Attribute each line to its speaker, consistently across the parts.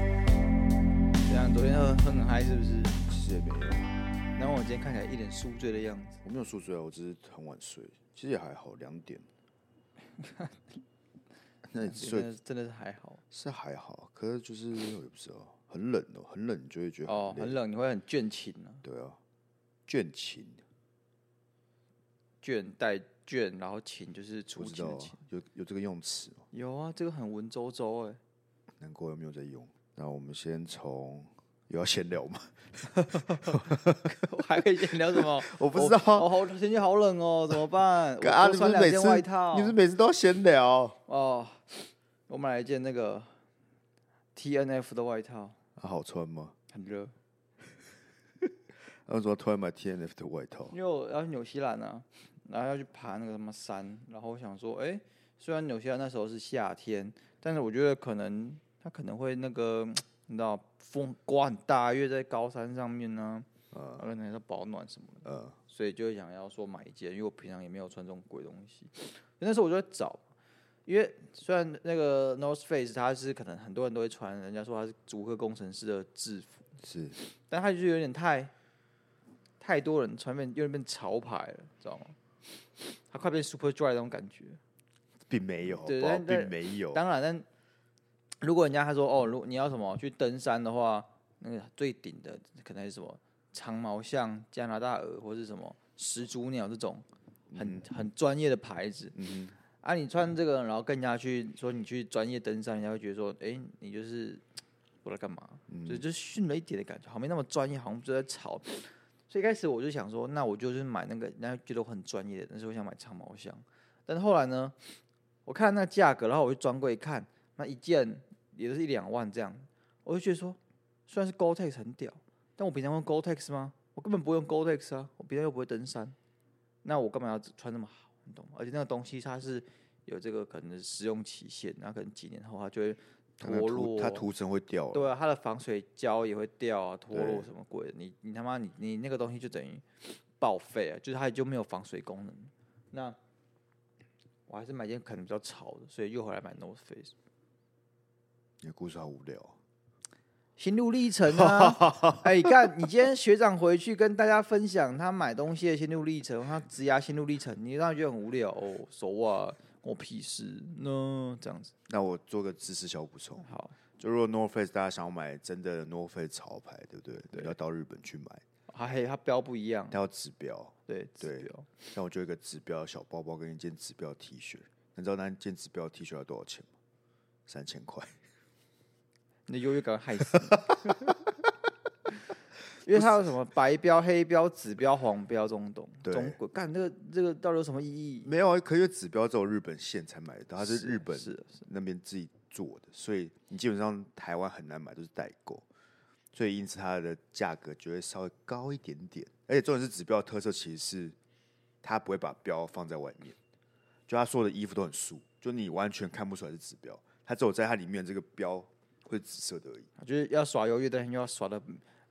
Speaker 1: 这样，啊昨天喝喝很嗨是不是？
Speaker 2: 其实也没有，
Speaker 1: 然后我今天看起来一脸宿醉的样子。
Speaker 2: 我没有宿醉啊，我只是很晚睡，其实也还好，两点。那你
Speaker 1: 真
Speaker 2: 睡
Speaker 1: 的真的是还好
Speaker 2: 是还好，可是就是我也不知道，很冷哦，很冷你就会觉得
Speaker 1: 哦，
Speaker 2: 累
Speaker 1: 很冷，你会很倦勤啊，
Speaker 2: 对啊，倦勤，
Speaker 1: 倦带倦，然后勤就是出
Speaker 2: 不知
Speaker 1: 勤
Speaker 2: 道
Speaker 1: 的
Speaker 2: 啊
Speaker 1: 勤。
Speaker 2: 有有这个用词吗？
Speaker 1: 有啊，这个很文绉绉哎，
Speaker 2: 难怪没有在用。那我们先从有要闲聊吗？
Speaker 1: 我还可以闲聊什么？
Speaker 2: 我 不知道
Speaker 1: 哦，好天气好冷哦，怎么办？我 多
Speaker 2: 啊，你不
Speaker 1: 穿
Speaker 2: 是
Speaker 1: 两
Speaker 2: 每
Speaker 1: 件外
Speaker 2: 次
Speaker 1: 套。
Speaker 2: 你不是每次都要闲聊？
Speaker 1: 哦，我买了一件那个 TNF 的外套，
Speaker 2: 啊，好穿吗？
Speaker 1: 很热，
Speaker 2: 那为什么突然买 TNF 的外套
Speaker 1: 因？为我要去纽西兰啊，然后要去爬那个什么山，然后我想说，哎、虽然纽西兰那时候是夏天，但是我觉得可能它可能会那个，你知道风刮很大，因为在高山上面呢、啊，可能要保暖什么的，
Speaker 2: 呃，
Speaker 1: 所以就会想要说买一件，因为我平常也没有穿这种鬼东西。那时候我就在找，因为虽然那个 North Face 它是可能很多人都会穿，人家说它是足科工程师的制服，
Speaker 2: 是
Speaker 1: 但它就是有点太太多人穿变，有点变潮牌了，知道吗？它快变 Super Dry 那种感觉。
Speaker 2: 并没有，好
Speaker 1: 对
Speaker 2: 不好
Speaker 1: 但但
Speaker 2: 并没有。
Speaker 1: 当然，但如果人家他说哦，如果你要什么去登山的话，那个最顶的可能是什么长毛象、加拿大鹅或是什么始祖鸟这种很很专业的牌子。
Speaker 2: 嗯
Speaker 1: 啊，你穿这个，然后跟人家去说你去专业登山，人家会觉得说，哎、你就是我在干嘛？
Speaker 2: 嗯
Speaker 1: 就就逊了一点的感觉，好像没那么专业，好像就在吵。所以一开始我就想说，那我就是买那个，人家觉得我很专业的，但是我想买长毛象。但是后来呢，我看那个价格，然后我去专柜看，那一件也就是一两万这样，我就觉得说，虽然是 Gore-Tex 很屌，但我平常用 Gore-Tex 吗？我根本不会用 Gore-Tex 啊，我平常又不会登山，那我干嘛要穿那么好？你懂吗？而且那个东西它是有这个可能使用期限，然后可能几年后它就会
Speaker 2: 它那
Speaker 1: 脱
Speaker 2: 涂
Speaker 1: 落，
Speaker 2: 它涂层会掉了。
Speaker 1: 对啊，它的防水胶也会掉啊，脱落
Speaker 2: 对
Speaker 1: 什么鬼的。你你他妈你你那个东西就等于报废啊，就是它就没有防水功能。那我还是买件可能比较潮的，所以又回来买 North Face。
Speaker 2: 你的故事好无聊哦。
Speaker 1: 心路历程啊！ 哎，看你今天学长回去跟大家分享他买东西的心路历程，他职涯心路历程，你让人觉得很无聊哦。手啊，我屁事呢？这样子
Speaker 2: 那我做个知识小补充，
Speaker 1: 好
Speaker 2: 就如果 North Face 大家想要买真的 North Face 潮牌，对不对？你要到日本去买，
Speaker 1: 啊，嘿，它标不一样，
Speaker 2: 它要指标。
Speaker 1: 对
Speaker 2: 对
Speaker 1: 指标
Speaker 2: 像我就有一个指标的小包包跟一件指标的 T 恤，你知道那件指标的 T 恤要多少钱吗？三千块。
Speaker 1: 你的优越感害死你。 因为它有什么白标、黑标、紫标、黄标这种东
Speaker 2: 对
Speaker 1: 种鬼，干这个这个到底有什么意义？
Speaker 2: 没有啊，可是指标只有日本线才买得到，它是啊日本
Speaker 1: 是是
Speaker 2: 那边自己做的，所以你基本上台湾很难买，都是代购，所以因此它的价格就会稍微高一点点。而且重点是指标的特色其实是它不会把标放在外面，就它所有的衣服都很素，就你完全看不出来是指标，它只有在它里面这个标会紫色的而已。
Speaker 1: 就是要耍优越，但是又要耍的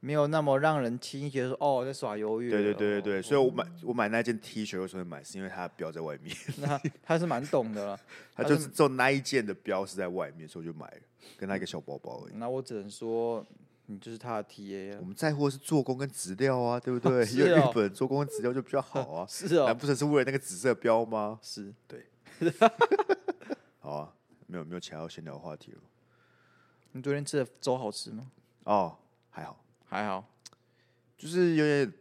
Speaker 1: 没有那么让人轻易觉得说哦我在耍优越。
Speaker 2: 对对对对
Speaker 1: 哦
Speaker 2: 对，所以我买我买那件 T 恤为什么会买，是因为它的标在外面，
Speaker 1: 那 他是蛮懂的了。
Speaker 2: 它就是只有那一件的标是在外面，所以我就买了，跟它一个小包包而已。
Speaker 1: 那我只能说，你就是他的 TA
Speaker 2: 我
Speaker 1: 啊。
Speaker 2: 们在乎的是做工跟质量啊，对不对？
Speaker 1: 是
Speaker 2: 因为日
Speaker 1: 哦，
Speaker 2: 本做工跟质量就比较好啊
Speaker 1: 是
Speaker 2: 难
Speaker 1: 哦，
Speaker 2: 不成是为了那个紫色标吗？
Speaker 1: 是
Speaker 2: 好啊，没有没有其他要闲聊的话题了。
Speaker 1: 你昨天吃的粥好吃吗？
Speaker 2: 哦，还好，
Speaker 1: 还好，
Speaker 2: 就是有点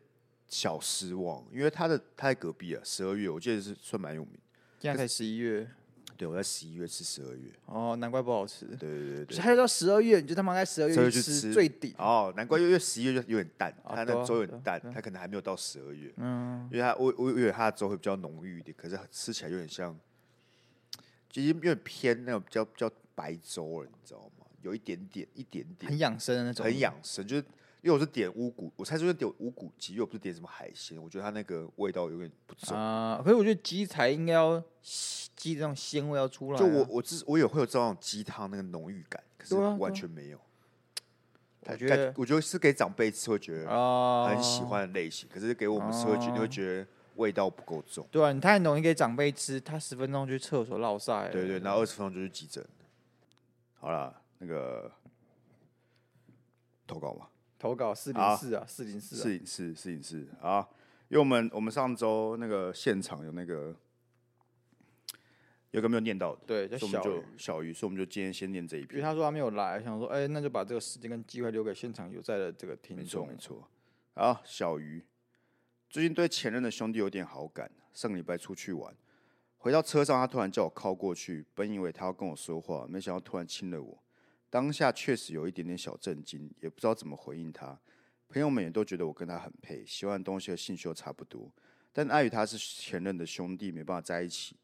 Speaker 2: 小失望，因为他的他在隔壁啊，十二月我记得是算蛮有名。
Speaker 1: 现在才十一月
Speaker 2: 对，我在十一月吃十二月，
Speaker 1: 哦，难怪不好吃。
Speaker 2: 对对对对
Speaker 1: 还有到十二月，你就他妈在十二
Speaker 2: 12
Speaker 1: 月
Speaker 2: 月
Speaker 1: 去
Speaker 2: 去
Speaker 1: 吃
Speaker 2: 吃
Speaker 1: 最顶。
Speaker 2: 哦，难怪因为十一月就有点淡，
Speaker 1: 啊
Speaker 2: 它
Speaker 1: 对
Speaker 2: 那
Speaker 1: 啊
Speaker 2: 粥
Speaker 1: 对
Speaker 2: 有
Speaker 1: 啊
Speaker 2: 点淡，它可能还没有到十二月。嗯，因为它我我以为它的粥会比较浓郁一点，可是吃起来有点像，其实有点偏那种比较比较白粥了，你知道吗？有一点点，一点点，
Speaker 1: 很养生的那种，
Speaker 2: 很养生。就是因为我是点乌骨，我猜是因为点乌骨鸡，因为我不是点什么海鲜，我觉得它那个味道有点不重。
Speaker 1: 啊、可是我觉得鸡才应该要鸡的那种鲜味要出来啊、
Speaker 2: 就我我之我也会有这种鸡汤那个浓郁感，可是
Speaker 1: 对啊对啊
Speaker 2: 完全没有。它
Speaker 1: 我觉
Speaker 2: 感
Speaker 1: 得
Speaker 2: 我觉得是给长辈吃会觉得
Speaker 1: 啊、
Speaker 2: 哦很喜欢的类型，可是给我们吃会觉，你会觉得味道不够重。
Speaker 1: 对啊，你太浓，你给长辈吃，他十分钟去厕所落晒了。
Speaker 2: 对对，然后二十分钟就去急诊。好了，那个投稿吧，
Speaker 1: 投稿四
Speaker 2: 好
Speaker 1: 零四啊，四零四。
Speaker 2: 摄影师，摄影师啊，因为我们我们上周那个现场有那个有个没有念到的，
Speaker 1: 对，叫
Speaker 2: 所以我
Speaker 1: 小
Speaker 2: 们
Speaker 1: 雨
Speaker 2: 就，小鱼，所以我们就今天先念这一
Speaker 1: 因为
Speaker 2: 篇。
Speaker 1: 他说他没有来，想说，哎、那就把这个时间跟机会留给现场有在的这个听
Speaker 2: 没错
Speaker 1: 众
Speaker 2: 没。错。好，小鱼，最近对前任的兄弟有点好感。上个礼拜出去玩，回到车上，他突然叫我靠过去，本以为他要跟我说话，没想到突然亲了我。当下确实有一点点小震惊，也不知道怎么回应他。朋友们也都觉得我跟他很配，喜欢的东西和兴趣都差不多，但碍于他是前任的兄弟，没办法在一起。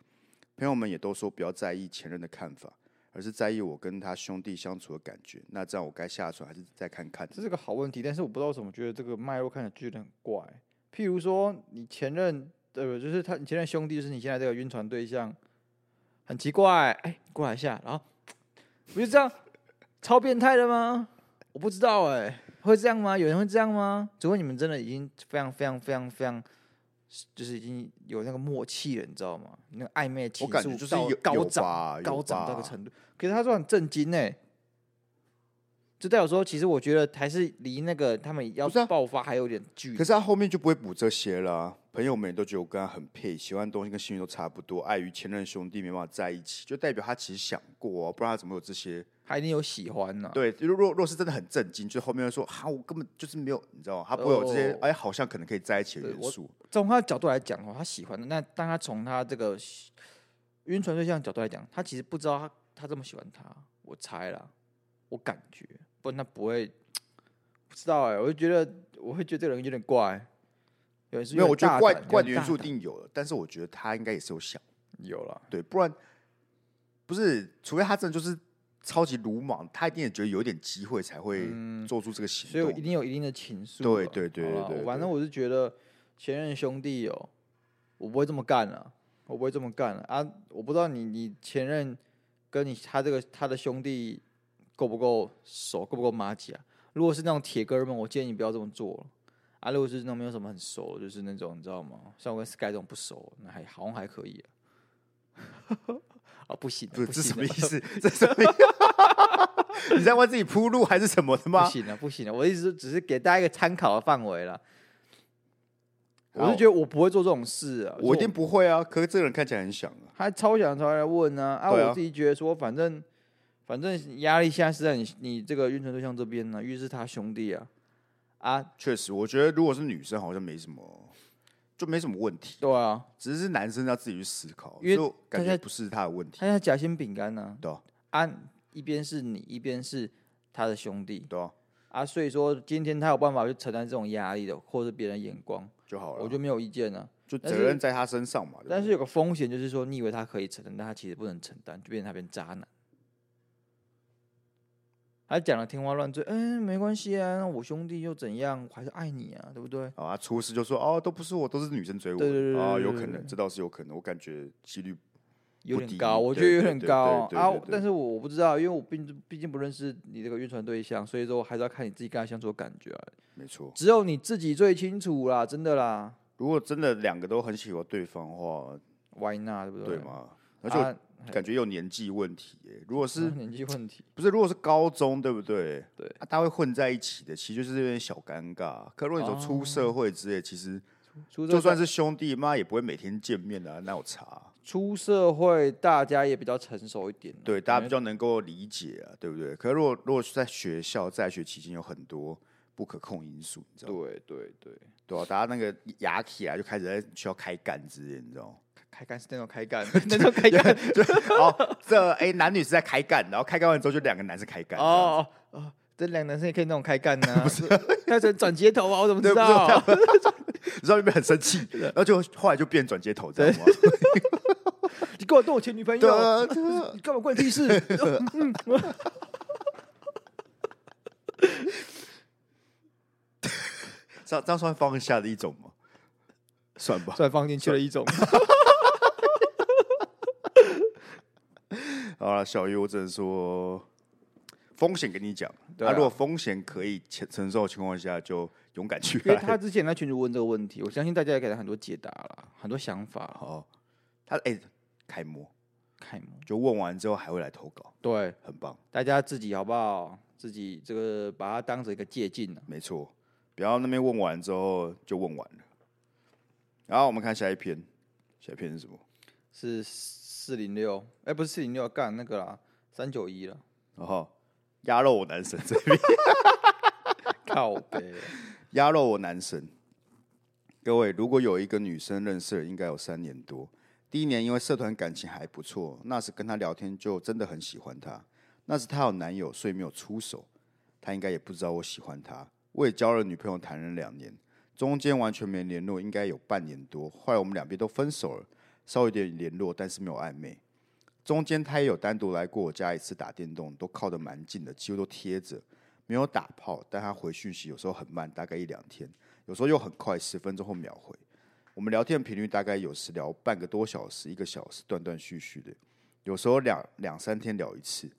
Speaker 2: 朋友们也都说不要在意前任的看法，而是在意我跟他兄弟相处的感觉。那这样我该下船还是再看看？
Speaker 1: 这是个好问题，但是我不知道为什么觉得这个脉络看起来就有点很怪。譬如说，你前任，对不？就是他，你前任兄弟，就是你现在这个晕船对象，很奇怪。哎、过来一下，然后不就这样，超变态的吗？我不知道哎、会这样吗？有人会这样吗？除非你们真的已经非常非常非常非常，就是已经有那个默契了，你知道吗？那个暧昧情
Speaker 2: 我感觉就
Speaker 1: 愫
Speaker 2: 是
Speaker 1: 到
Speaker 2: 有
Speaker 1: 高
Speaker 2: 有
Speaker 1: 涨。
Speaker 2: 吧，有
Speaker 1: 高涨到
Speaker 2: 吧
Speaker 1: 个程度。可是他说很震惊呢、就代表说，其实我觉得还是离那个他们要
Speaker 2: 不是啊
Speaker 1: 爆发还有点距离。
Speaker 2: 可是他后面就不会补这些了啊、朋友们也都觉得我跟他很配，喜欢的东西跟兴趣都差不多。碍于前任兄弟没办法在一起，就代表他其实想过、啊，不然他怎么有这些？
Speaker 1: 他一定有喜欢呢、
Speaker 2: 对，如若若是真的很震惊，就后面会说哈，我根本就是没有，你知道吗？他不会有这些，
Speaker 1: 哦
Speaker 2: 哎，好像可能可以在一起
Speaker 1: 对
Speaker 2: 的元
Speaker 1: 我
Speaker 2: 素。
Speaker 1: 从他的角度来讲的话，他喜欢的。那当他从他这个喜晕船对象的角度来讲，他其实不知道他他这么喜欢他，我猜啦，我感觉，不然他不会不知道哎、我就觉得我会觉得这个人有点怪。有点是
Speaker 2: 没有，我觉得
Speaker 1: 大
Speaker 2: 怪
Speaker 1: 胆有
Speaker 2: 怪的
Speaker 1: 点
Speaker 2: 元
Speaker 1: 大
Speaker 2: 素一
Speaker 1: 胆
Speaker 2: 定有了，但是我觉得他应该也是有想，
Speaker 1: 有了，
Speaker 2: 对，不然不是，除非他真的就是超级鲁莽，他一定也觉得有点机会才会做出这个
Speaker 1: 嗯
Speaker 2: 行
Speaker 1: 所以
Speaker 2: 动。
Speaker 1: 我一定有一定的情愫
Speaker 2: 对
Speaker 1: 了。
Speaker 2: 对对
Speaker 1: 好
Speaker 2: 对
Speaker 1: 啦
Speaker 2: 对
Speaker 1: 我反
Speaker 2: 对
Speaker 1: 正我是觉得前任兄弟哦，我不会这么干了、我不会这么干了啊我不知道你你前任跟你他这个他的兄弟够不够熟，够不够麻吉啊？如果是那种铁哥们，我建议你不要这么做了。啊，如果是那种没有什么很熟，就是那种你知道吗？像我跟 Sky 这种不熟，那还好像还可以啊。 啊，不行啊，
Speaker 2: 不是
Speaker 1: 不
Speaker 2: 这
Speaker 1: 行
Speaker 2: 什
Speaker 1: 啊
Speaker 2: 么 意思？这什么意思？你 在为自己铺路还是什么的
Speaker 1: 不
Speaker 2: 吗？
Speaker 1: 行啊，不行啊！我的意思是只是给大家一个参考的范围啦。我
Speaker 2: 好
Speaker 1: 是觉得我不会做这种事啊，
Speaker 2: 我一
Speaker 1: 就
Speaker 2: 定不会啊！可是这个人看起来很想啊，
Speaker 1: 还超想超来问呢啊！
Speaker 2: 对啊
Speaker 1: 我自己觉得说，反正反正压力现在是在你你这个晕船对象这边呢，于是他兄弟啊啊，
Speaker 2: 确实，我觉得如果是女生好像没什么，就没什么问题，
Speaker 1: 对啊，
Speaker 2: 只是男生要自己去思考，
Speaker 1: 因为
Speaker 2: 所以我感
Speaker 1: 大
Speaker 2: 觉
Speaker 1: 家
Speaker 2: 不是他的问题，
Speaker 1: 他现在夹心饼干呢
Speaker 2: 对啊，
Speaker 1: 啊，一边是你，一边是他的兄弟
Speaker 2: 对啊，
Speaker 1: 啊，所以说今天他有办法去承担这种压力的，或者是别人眼光，
Speaker 2: 就好
Speaker 1: 我
Speaker 2: 了，
Speaker 1: 就没有意见了。
Speaker 2: 就
Speaker 1: 但是
Speaker 2: 责任在他身上嘛。对不对
Speaker 1: 但是有个风险，就是说你以为他可以承担，但他其实不能承担，就变成他变渣男。他讲的天花乱坠，嗯、没关系啊，那我兄弟又怎样，我还是爱你啊，对不对？
Speaker 2: 啊，出事就说哦，都不是我，都是女生追我
Speaker 1: 对对对
Speaker 2: 的啊，
Speaker 1: 对对
Speaker 2: 有
Speaker 1: 对
Speaker 2: 可能，
Speaker 1: 对
Speaker 2: 这倒是有可能，我感觉几率
Speaker 1: 有
Speaker 2: 不
Speaker 1: 点
Speaker 2: 低
Speaker 1: 高，我觉
Speaker 2: 对
Speaker 1: 得有
Speaker 2: 对
Speaker 1: 点
Speaker 2: 对
Speaker 1: 高
Speaker 2: 对对
Speaker 1: 啊
Speaker 2: 对对。
Speaker 1: 但是我我不知道，因为我毕竟毕竟不认识你这个晕船对象，所以说还是要看你自己跟他相处的感觉啊。
Speaker 2: 没错。
Speaker 1: 只有你自己最清楚啦，真的啦。
Speaker 2: 如果真的两个都很喜欢对方的话，
Speaker 1: Why not？对不
Speaker 2: 对
Speaker 1: 对？
Speaker 2: 嘛？
Speaker 1: 而
Speaker 2: 而且
Speaker 1: 且、
Speaker 2: 我嗯
Speaker 1: 啊、
Speaker 2: 感觉有年纪问题、耶。如果是
Speaker 1: 是年纪问题，
Speaker 2: 不是？如果是高中，对不对？
Speaker 1: 对
Speaker 2: 啊，大家会混在一起的，其实就是有点小尴尬。可如果你说出社会之类，其实
Speaker 1: 哦出
Speaker 2: 就
Speaker 1: 社
Speaker 2: 算是兄弟，妈也不会每天见面啊，哪有差？
Speaker 1: 出社会，大家也比较成熟一点啊、
Speaker 2: 对，大家
Speaker 1: 没
Speaker 2: 比较能够理解啊，对不对？可如果如果是在学校在学期间，有很多不可控因素，你知道吗？
Speaker 1: 对对对，
Speaker 2: 对啊，大家那个牙起来就开始在学校开干之类，你知道吗？
Speaker 1: 开干是那种开 干，那种开干
Speaker 2: 哦，这哎、男女是在开干，然后开干完之后就两个男生开干，哦，
Speaker 1: 哦哦哦，这两个男生也可以那种开干 呢、不是，他转转接头啊，我怎么
Speaker 2: 对
Speaker 1: 知
Speaker 2: 不是
Speaker 1: 道？
Speaker 2: 你知道有没有很生气？然后就后来就变转接头，知道吗？
Speaker 1: 你跟我动我前女朋
Speaker 2: 对
Speaker 1: 友，
Speaker 2: 啊，对啊
Speaker 1: 你干嘛关你屁 事？
Speaker 2: 这样这样算放下的一种吗？算吧。
Speaker 1: 算放进去了一种，
Speaker 2: 好了，小鱼，我只能说，风险跟你讲，
Speaker 1: 对啊
Speaker 2: 如果风险可以承承受的情况下，就勇敢去
Speaker 1: 因 为
Speaker 2: 爱
Speaker 1: 他之前在群主问这个问题，我相信大家也给他很多解答了，很多想法啦。
Speaker 2: 哦，他哎、楷模
Speaker 1: 楷模，
Speaker 2: 就问完之后还会来投稿，
Speaker 1: 对
Speaker 2: 很棒，
Speaker 1: 大家自己好不好？自己这个把它当成一个借鉴呢、啊
Speaker 2: 没错。不要那边问完之后就问完了。然后我们看下一篇，下一篇是什么？
Speaker 1: 是四零六，哎，不是四零六，干那个啦，三九一了，
Speaker 2: 然后哦鸭肉我男神这边，
Speaker 1: 靠北。
Speaker 2: 鸭肉我男神。各位，如果有一个女生认识了，应该有三年多。第一年因为社团感情还不错，那时跟她聊天就真的很喜欢她。那时她有男友，所以没有出手。她应该也不知道我喜欢她。我也交了女朋友，谈了两年，中间完全没联络，应该有半年多。后来我们两边都分手了，稍微有点联络，但是没有暧昧。中间她也有单独来过我家一次打电动，都靠得蛮近的，几乎都贴着。没有打炮，但他回讯息有时候很慢，大概一两天，有时候又很快，十分钟后秒回。我们聊天频率大概有时聊半个多小时、一个小时，断断续续的，有时候两两三天聊一次。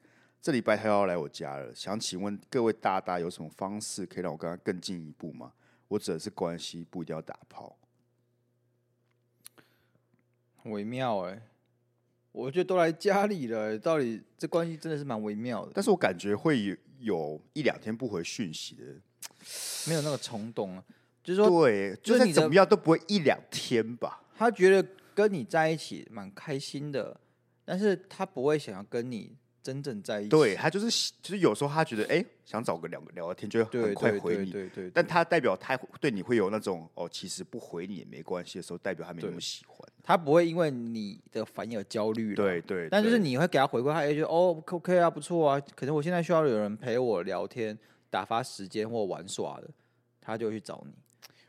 Speaker 2: 这礼拜他要来我家了，想请问各位大大有什么方式可以让我跟他更进一步吗？我指的是关系，不一定要打炮。
Speaker 1: 很微妙哎、我觉得都来家里了、到底这关系真的是蛮微妙的，
Speaker 2: 但是我感觉会有有一两天不回讯息的，
Speaker 1: 没有那个冲动啊。就是说，
Speaker 2: 对，
Speaker 1: 就
Speaker 2: 就是算
Speaker 1: 你的
Speaker 2: 怎么样都不会一两天吧。
Speaker 1: 他觉得跟你在一起蛮开心的，但是他不会想要跟你真正在一起。
Speaker 2: 对他就是喜就是有时候他觉得哎、想找个聊个聊天，就会
Speaker 1: 对
Speaker 2: 很快
Speaker 1: 对
Speaker 2: 回
Speaker 1: 对
Speaker 2: 你。
Speaker 1: 对对，
Speaker 2: 但他代表他对你会有那种哦，其实不回你也没关系的时候，代表他没那么
Speaker 1: 对
Speaker 2: 喜欢。
Speaker 1: 他不会因为你的反应而焦虑了。
Speaker 2: 对对，
Speaker 1: 但就是
Speaker 2: 对
Speaker 1: 你会给他回馈，他也觉得哦，OK 啊，不错啊。可能我现在需要有人陪我聊天、打发时间或玩耍的，他就会去找你。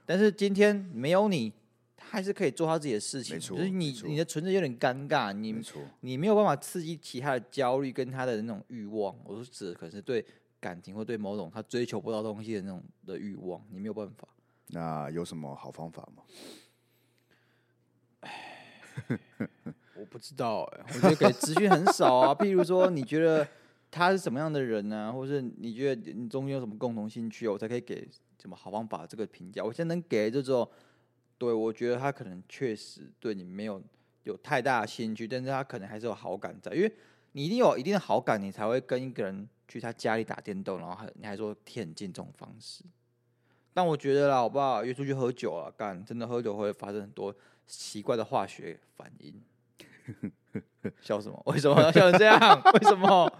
Speaker 1: 但是今天没有你，他还是可以做他自己的事情。
Speaker 2: 没错
Speaker 1: 就是
Speaker 2: 没
Speaker 1: 你
Speaker 2: 错
Speaker 1: 你的存在有点尴尬，
Speaker 2: 没
Speaker 1: 你
Speaker 2: 错，
Speaker 1: 你没有办法刺激起他的焦虑跟他的那种欲望。我是指可能是对感情或对某种他追求不到东西的那种的欲望，你没有办法。
Speaker 2: 那有什么好方法吗？
Speaker 1: 我不知道哎、我觉得给资讯很少啊。譬如说，你觉得他是什么样的人呢、或是你觉得你中间有什么共同兴趣啊，我才可以给什么好方法这个评价。我现在能给这种，对我觉得他可能确实对你没有有太大的兴趣，但是他可能还是有好感在，因为你一定有一定的好感，你才会跟一个人去他家里打电动，然后还你还说贴很近这种方式。但我觉得啦，好不好？约出去喝酒啊，干真的喝酒会发生很多奇怪的化学反应。笑什么？ 为什么要笑成这 样？为什么？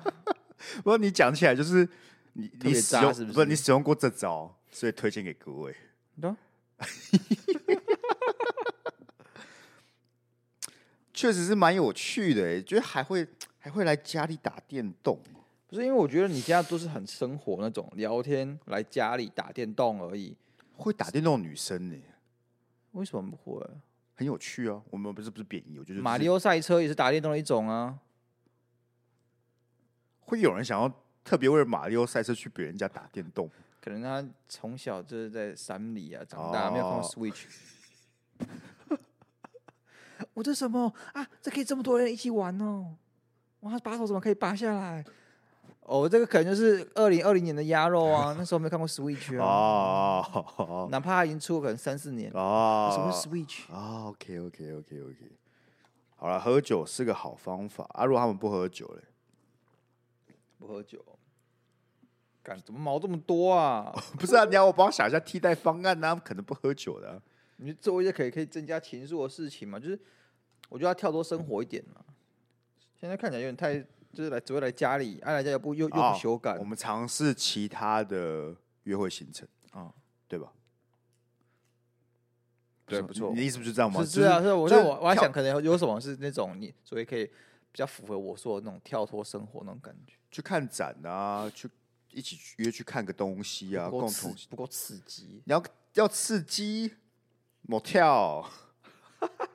Speaker 2: 不过你讲起来就是你
Speaker 1: 特
Speaker 2: 你
Speaker 1: 别
Speaker 2: 使
Speaker 1: 渣
Speaker 2: 用
Speaker 1: 是不
Speaker 2: 不
Speaker 1: 是
Speaker 2: 你使用过这招，所以推荐给各位。
Speaker 1: 你
Speaker 2: 啊
Speaker 1: 说
Speaker 2: 确实是蛮有趣的、欸，就是还会还会来家里打电动。
Speaker 1: 不是因为我觉得你现在都是很生活那种，聊天来家里打电动而已，
Speaker 2: 会打电动的女生呢、
Speaker 1: 为什么不会？
Speaker 2: 很有趣啊。我们不是不是贬义，我就是
Speaker 1: 马里奥赛车也是打电动的一种啊。
Speaker 2: 会有人想要特别为了马里奥赛车去别人家打电动。
Speaker 1: 可能他从小就是在山里啊长大，
Speaker 2: 哦
Speaker 1: 没有看过 Switch。我这什么啊？这可以这么多人一起玩哦！哇，把手怎么可以拔下来？哦，这个可能就是二零二零年的鸭肉啊，那时候没有看过 Switch 啊，
Speaker 2: 哦
Speaker 1: 哪怕它已经出了可能三四年了。
Speaker 2: 哦
Speaker 1: 什么是 Switch？
Speaker 2: 啊，OK OK OK OK，好了，喝酒是个好方法啊。如果他们不喝酒嘞，
Speaker 1: 不喝酒，干怎么毛这么多 啊？
Speaker 2: 不是啊，你要我帮我想一下替代方案呢、啊？可能不喝酒的啊、
Speaker 1: 你做一些可以可以增加情愫的事情嘛，就是我觉得要跳脱生活一点嘛。现在看起来有点太就是来只会来家里，啊爱、来家又不又又
Speaker 2: 哦
Speaker 1: 不修改
Speaker 2: 我，们尝试其他的约会行程啊
Speaker 1: 哦，
Speaker 2: 对吧？
Speaker 1: 对
Speaker 2: 是吗
Speaker 1: 不错
Speaker 2: 你的意思不是这样吗？
Speaker 1: 是是
Speaker 2: 就
Speaker 1: 啊，是啊我
Speaker 2: 就是
Speaker 1: 那我我还
Speaker 2: 跳
Speaker 1: 想可能有什么是那种你所以可以比较符合我说的那种跳脱生活那种感觉，
Speaker 2: 去看展啊，去一起去约去看个东西啊，
Speaker 1: 不够
Speaker 2: 共
Speaker 1: 刺
Speaker 2: 同
Speaker 1: 不够刺激，
Speaker 2: 你要要刺激，motel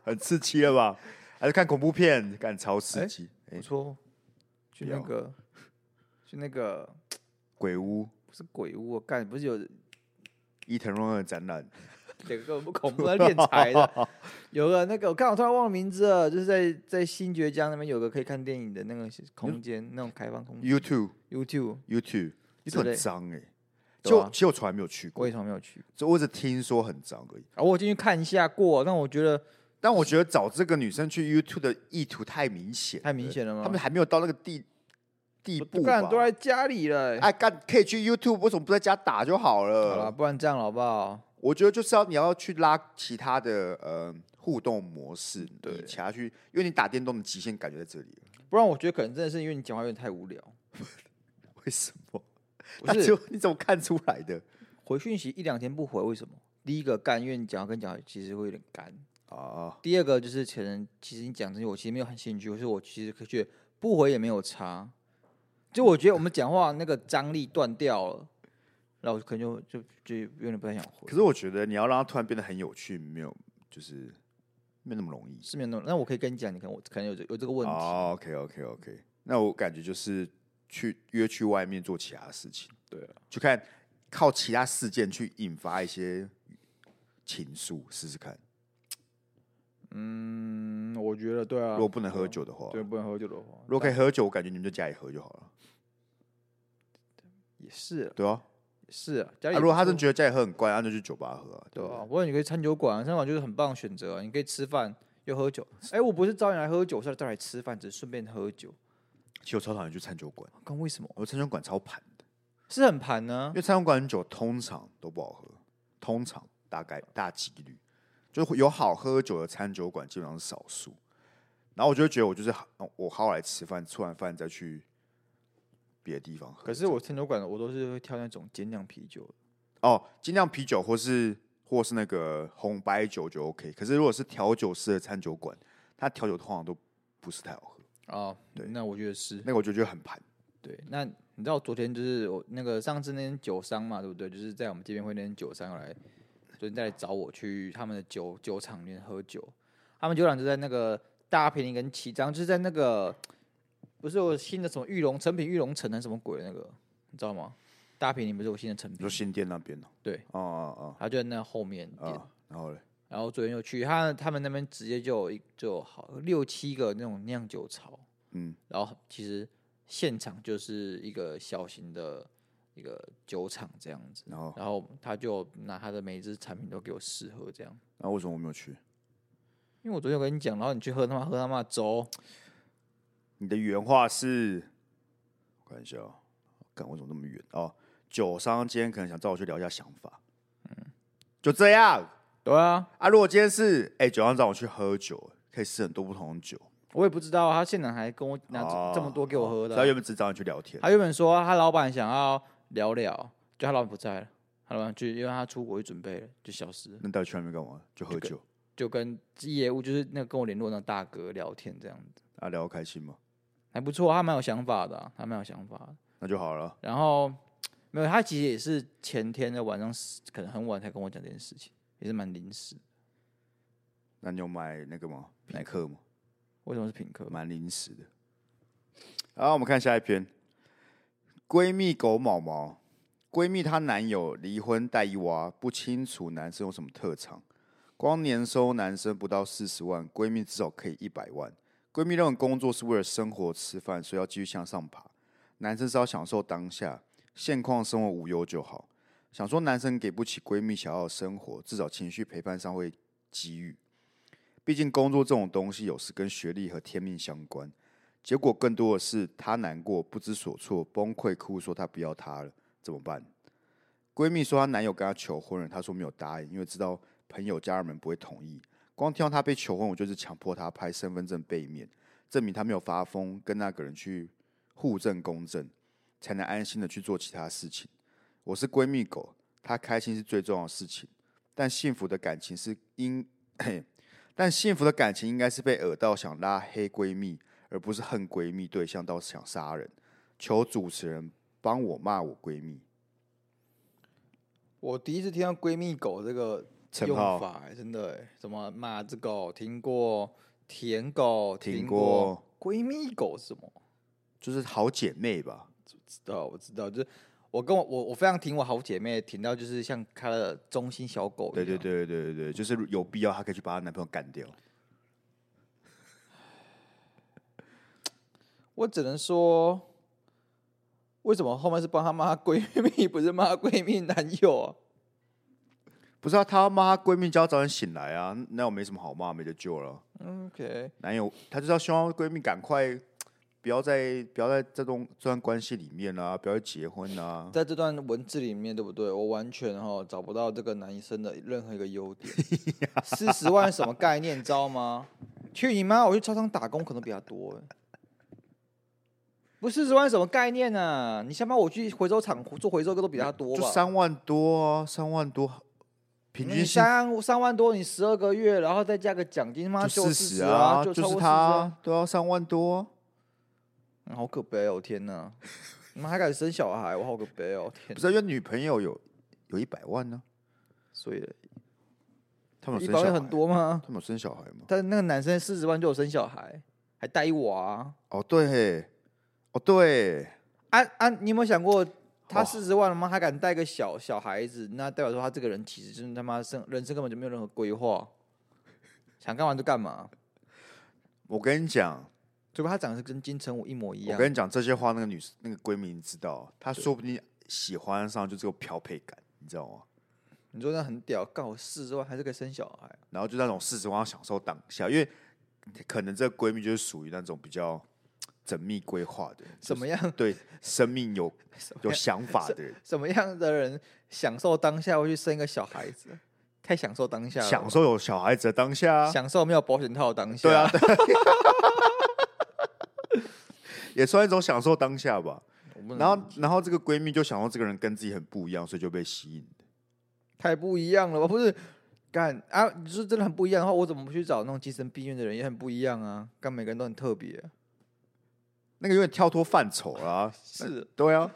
Speaker 2: 很刺激了吧？还是看恐怖片，干超刺
Speaker 1: 哎
Speaker 2: 激，哎、
Speaker 1: 不错哦。去
Speaker 2: 不
Speaker 1: 那
Speaker 2: 要
Speaker 1: 个去那个
Speaker 2: 鬼屋
Speaker 1: 不是鬼屋哦，干不是有
Speaker 2: 伊藤润二展览，
Speaker 1: 这个根本不恐怖，他敛财 的。有个那个，我看我突然忘了名字了，就是在在新爵江那边有个可以看电影的那个空间，那种开放空间。
Speaker 2: YouTube
Speaker 1: YouTube
Speaker 2: YouTube
Speaker 1: 对
Speaker 2: 很脏哎、
Speaker 1: 对
Speaker 2: 就
Speaker 1: 啊
Speaker 2: 其实我从来没有去
Speaker 1: 我
Speaker 2: 过
Speaker 1: 也，从来没有去，
Speaker 2: 就我只听说很脏而已。
Speaker 1: 啊，我进去看一下过，但我觉得
Speaker 2: 但我觉得找这个女生去 YouTube 的意图太明显了，
Speaker 1: 太明显了吗？
Speaker 2: 他们还没有到那个地地步
Speaker 1: 不
Speaker 2: 吧
Speaker 1: 干？都在家里了、
Speaker 2: 哎，呃干可以去 YouTube，为什么不在家打就好
Speaker 1: 好啦，
Speaker 2: 了？
Speaker 1: 不然这样了好不好？
Speaker 2: 我觉得就是要你要去拉其他的呃互动模式，
Speaker 1: 嗯对
Speaker 2: 你其他去，因为你打电动的极限感觉在这里了。
Speaker 1: 不然我觉得可能真的是因为你讲话有点太无聊。
Speaker 2: 为什么？
Speaker 1: 不
Speaker 2: 那
Speaker 1: 是
Speaker 2: 就你怎么看出来 的
Speaker 1: 回讯息一两天不回，为什么？第一个干，因为你讲话跟讲话其实会有点干。
Speaker 2: 啊？
Speaker 1: 第二个就是可能其实你讲这些我其实没有很兴趣，或是我其实可觉得不回也没有差。就我觉得我们讲话那个张力断掉了，然后我可能就就就有点不太想回
Speaker 2: 可。是我觉得你要让它突然变得很有趣，没有就是没那么容易。
Speaker 1: 是没有那么，那我可以跟你讲，你可能我可能有这有这个问题。
Speaker 2: 哦，OK OK OK，那我感觉就是去约去外面做其他事情，
Speaker 1: 对啊，
Speaker 2: 就看靠其他事件去引发一些情愫，试试看。
Speaker 1: 啊嗯，我觉得对啊
Speaker 2: 如果不能喝，酒的话，
Speaker 1: 对，不啊能喝酒的话，
Speaker 2: 如果可以喝酒，我感觉你们就家里喝就好了。
Speaker 1: 也是啊
Speaker 2: 对啊，
Speaker 1: 也是啊。家
Speaker 2: 啊
Speaker 1: 里、
Speaker 2: 如果他真的觉得家里喝很怪，那就去酒吧喝、啊。
Speaker 1: 对啊，不然你可以餐酒馆、啊，餐酒馆就是很棒的选择、啊，你可以吃饭又喝酒。哎、我不是招你来喝酒，我是来招你来吃饭，只是顺便喝酒。
Speaker 2: 其实我超讨厌去餐酒馆，
Speaker 1: 刚啊为什么
Speaker 2: 我餐酒馆超盘的，
Speaker 1: 是很盘啊呢
Speaker 2: 因？为餐酒馆的酒通常都不好喝，通常大概大几率就会有好喝酒的餐酒馆基本上是少数。然后我就会觉得我就是好我好好来吃饭，吃完饭再去别的地方喝。
Speaker 1: 可是我餐酒馆我都是会挑那种精酿啤酒的，
Speaker 2: 哦，精酿啤酒或是或是那个红白酒就 OK。可是如果是调酒师的餐酒馆，他调酒通常都不是太好喝，
Speaker 1: 哦，对，那我觉得是
Speaker 2: 那个我就觉得很盘。
Speaker 1: 对。那你知道昨天就是我那个上次那间酒商嘛，对不对？就是在我们这边会那间酒商有来，昨天再来找我去他们的酒酒厂里面喝酒，他们酒厂就在那个大平林跟七张，就是在那个不是有新的什么玉龙成品玉龙城还是什么鬼的那个，你知道吗？大平林不是有新的成
Speaker 2: 你
Speaker 1: 品
Speaker 2: 说，新店那边呢、
Speaker 1: 对，
Speaker 2: 哦哦
Speaker 1: 他就在那后面
Speaker 2: 哦
Speaker 1: 店。
Speaker 2: 哦，然后嘞，
Speaker 1: 然后昨天又去他他们那边直接就有一就有好六七个那种酿酒槽，
Speaker 2: 嗯，
Speaker 1: 然后其实现场就是一个小型的一个酒厂这样子，
Speaker 2: 然后
Speaker 1: 然后他就拿他的每一支产品都给我试喝这样，
Speaker 2: 然后为什么我没有去？
Speaker 1: 因为我昨天有跟你讲，然后你去喝他妈喝他妈的粥，
Speaker 2: 你的原话是，我看一下、哦，干为什么那么远哦？酒商今天可能想找我去聊一下想法，嗯，就这样
Speaker 1: 对啊，
Speaker 2: 啊。如果今天是哎、酒商找我去喝酒，可以试很多不同的酒，
Speaker 1: 我也不知道啊他现场还跟我拿
Speaker 2: 哦
Speaker 1: 这这么多给我喝的
Speaker 2: 他
Speaker 1: 啊、
Speaker 2: 原本只找你去聊天，
Speaker 1: 他原本说他老板想要聊聊，就他老板不在了，他老板去因为他出国去准备了，就消失了。
Speaker 2: 那到底去那边干嘛？就喝
Speaker 1: 这
Speaker 2: 酒
Speaker 1: 就跟业务就是那个跟我联络的那大哥聊天这样子，
Speaker 2: 啊，聊得开心吗？
Speaker 1: 还不错，他蛮有想法的啊、他蛮有想法的。
Speaker 2: 那就好了。
Speaker 1: 然后没有，他其实也是前天的晚上十，可能很晚才跟我讲这件事情，也是蛮临时。
Speaker 2: 那你有买那个吗？耐克吗？
Speaker 1: 为什么是品客？
Speaker 2: 蛮临时的。好，我们看下一篇，闺蜜狗毛毛，闺蜜她男友离婚带一娃，不清楚男生有什么特长，光年收男生不到四十万，闺蜜至少可以一百万。闺蜜认为工作是为了生活吃饭，所以要继续向上爬。男生是要享受当下，现况生活无忧就好。想说男生给不起闺蜜想要的生活，至少情绪陪伴上会给予。毕竟工作这种东西有时跟学历和天命相关。结果更多的是她难过、不知所措、崩溃哭，说她不要他了，怎么办？闺蜜说她男友跟她求婚了，她说没有答应，因为知道朋友家人们不会同意。光听到她被求婚，我就是强迫她拍身份证背面，证明她没有发疯，跟那个人去互证公证，才能安心的去做其他事情。我是闺蜜狗，她开心是最重要的事情，但幸福的感情是因。 但幸福的感情应该是被恶到想拉黑闺蜜，而不是恨闺蜜对象到想杀人。求主持人帮我骂我闺蜜。
Speaker 1: 我第一次听到“闺蜜狗”这个
Speaker 2: 陈
Speaker 1: 用
Speaker 2: 浩
Speaker 1: 法、欸真的、什么马子狗听过，舔狗
Speaker 2: 听
Speaker 1: 过，
Speaker 2: 过，
Speaker 1: 闺蜜狗是什么？
Speaker 2: 就是好姐妹吧？
Speaker 1: 知道，我知道，就是我跟我我我非常挺我好姐妹，挺到就是像开了中心小狗一
Speaker 2: 对对
Speaker 1: 样
Speaker 2: 对对对对，就是有必要，她可以去把她男朋友干掉。
Speaker 1: 我只能说，为什么后面是帮她骂她闺蜜， 不是骂她闺蜜男友啊？
Speaker 2: 不是啊，她妈闺蜜叫她早点醒来啊，那我没什么好骂，没得救了。
Speaker 1: OK，
Speaker 2: 男友，她就是要希望闺蜜赶快不要再不要在这种这段关系里面啊，不要再结婚啊。
Speaker 1: 在这段文字里面，对不对？我完全哈找不到这个男生的任何一个优 点。四十万是什么概念，你知道吗？去你妈！我去超商打工可能比较多、欸。不，四十万是什么概念呢、啊？你下班我去回收厂做回收，个都比他多
Speaker 2: 就
Speaker 1: 吧？
Speaker 2: 三万多啊，三万多，平
Speaker 1: 你
Speaker 2: 均薪
Speaker 1: 三三万多，你十二个月，然后再加个奖金，他妈
Speaker 2: 就
Speaker 1: 四
Speaker 2: 十
Speaker 1: 啊，
Speaker 2: 就
Speaker 1: 超
Speaker 2: 是
Speaker 1: 过
Speaker 2: 他
Speaker 1: 40啊
Speaker 2: 啊，对啊，三万多啊。
Speaker 1: 嗯好可悲哦！天哪，你们还敢生小孩，我好可悲哦！天
Speaker 2: 不，是啊因为女朋友有有一百万呢、
Speaker 1: 所以
Speaker 2: 他们
Speaker 1: 一
Speaker 2: 有
Speaker 1: 百
Speaker 2: 生小
Speaker 1: 万
Speaker 2: 孩
Speaker 1: 很，多吗？
Speaker 2: 他们有生小孩吗？
Speaker 1: 但那个男生四十万就有生小孩，还带一娃啊
Speaker 2: 哦，对嘿，哦对，
Speaker 1: 啊啊！你有没有想过，他
Speaker 2: 哇
Speaker 1: 四十万了吗？还敢带个小小孩子？那代表说他这个人其实真他妈生人生根本就没有任何规划，想干嘛就干嘛。
Speaker 2: 我跟你讲，
Speaker 1: 除非他长得是跟金城武一模一
Speaker 2: 我
Speaker 1: 样，
Speaker 2: 跟你讲这些话，那个女那个闺蜜你知道，她说不定喜欢上就只有漂配感，你知道吗？
Speaker 1: 你说那很屌，干我四十万还是可以生小孩。
Speaker 2: 然后就那种四十万要享受当下，因为可能这个闺蜜就是属于那种比较缜密规划的，
Speaker 1: 怎么样？
Speaker 2: 对生命有有想法的 人，
Speaker 1: 什么样的人享受当下会去生一个小孩子？太享受当下了吧，
Speaker 2: 享受有小孩子的当下啊，
Speaker 1: 享受没有保险套的当下。
Speaker 2: 对啊，， 也算一种享受当下吧。
Speaker 1: 我不能
Speaker 2: 然后，然后这个闺蜜就想说这个人跟自己很不一样，所以就被吸引。
Speaker 1: 太不一样了吧？不是，干啊！你说真的很不一样的话，我怎么不去找那种精神病院的人？也很不一样啊！干每个人都很特别、
Speaker 2: 那个有点跳脱范畴啦。
Speaker 1: 是，
Speaker 2: 对啊，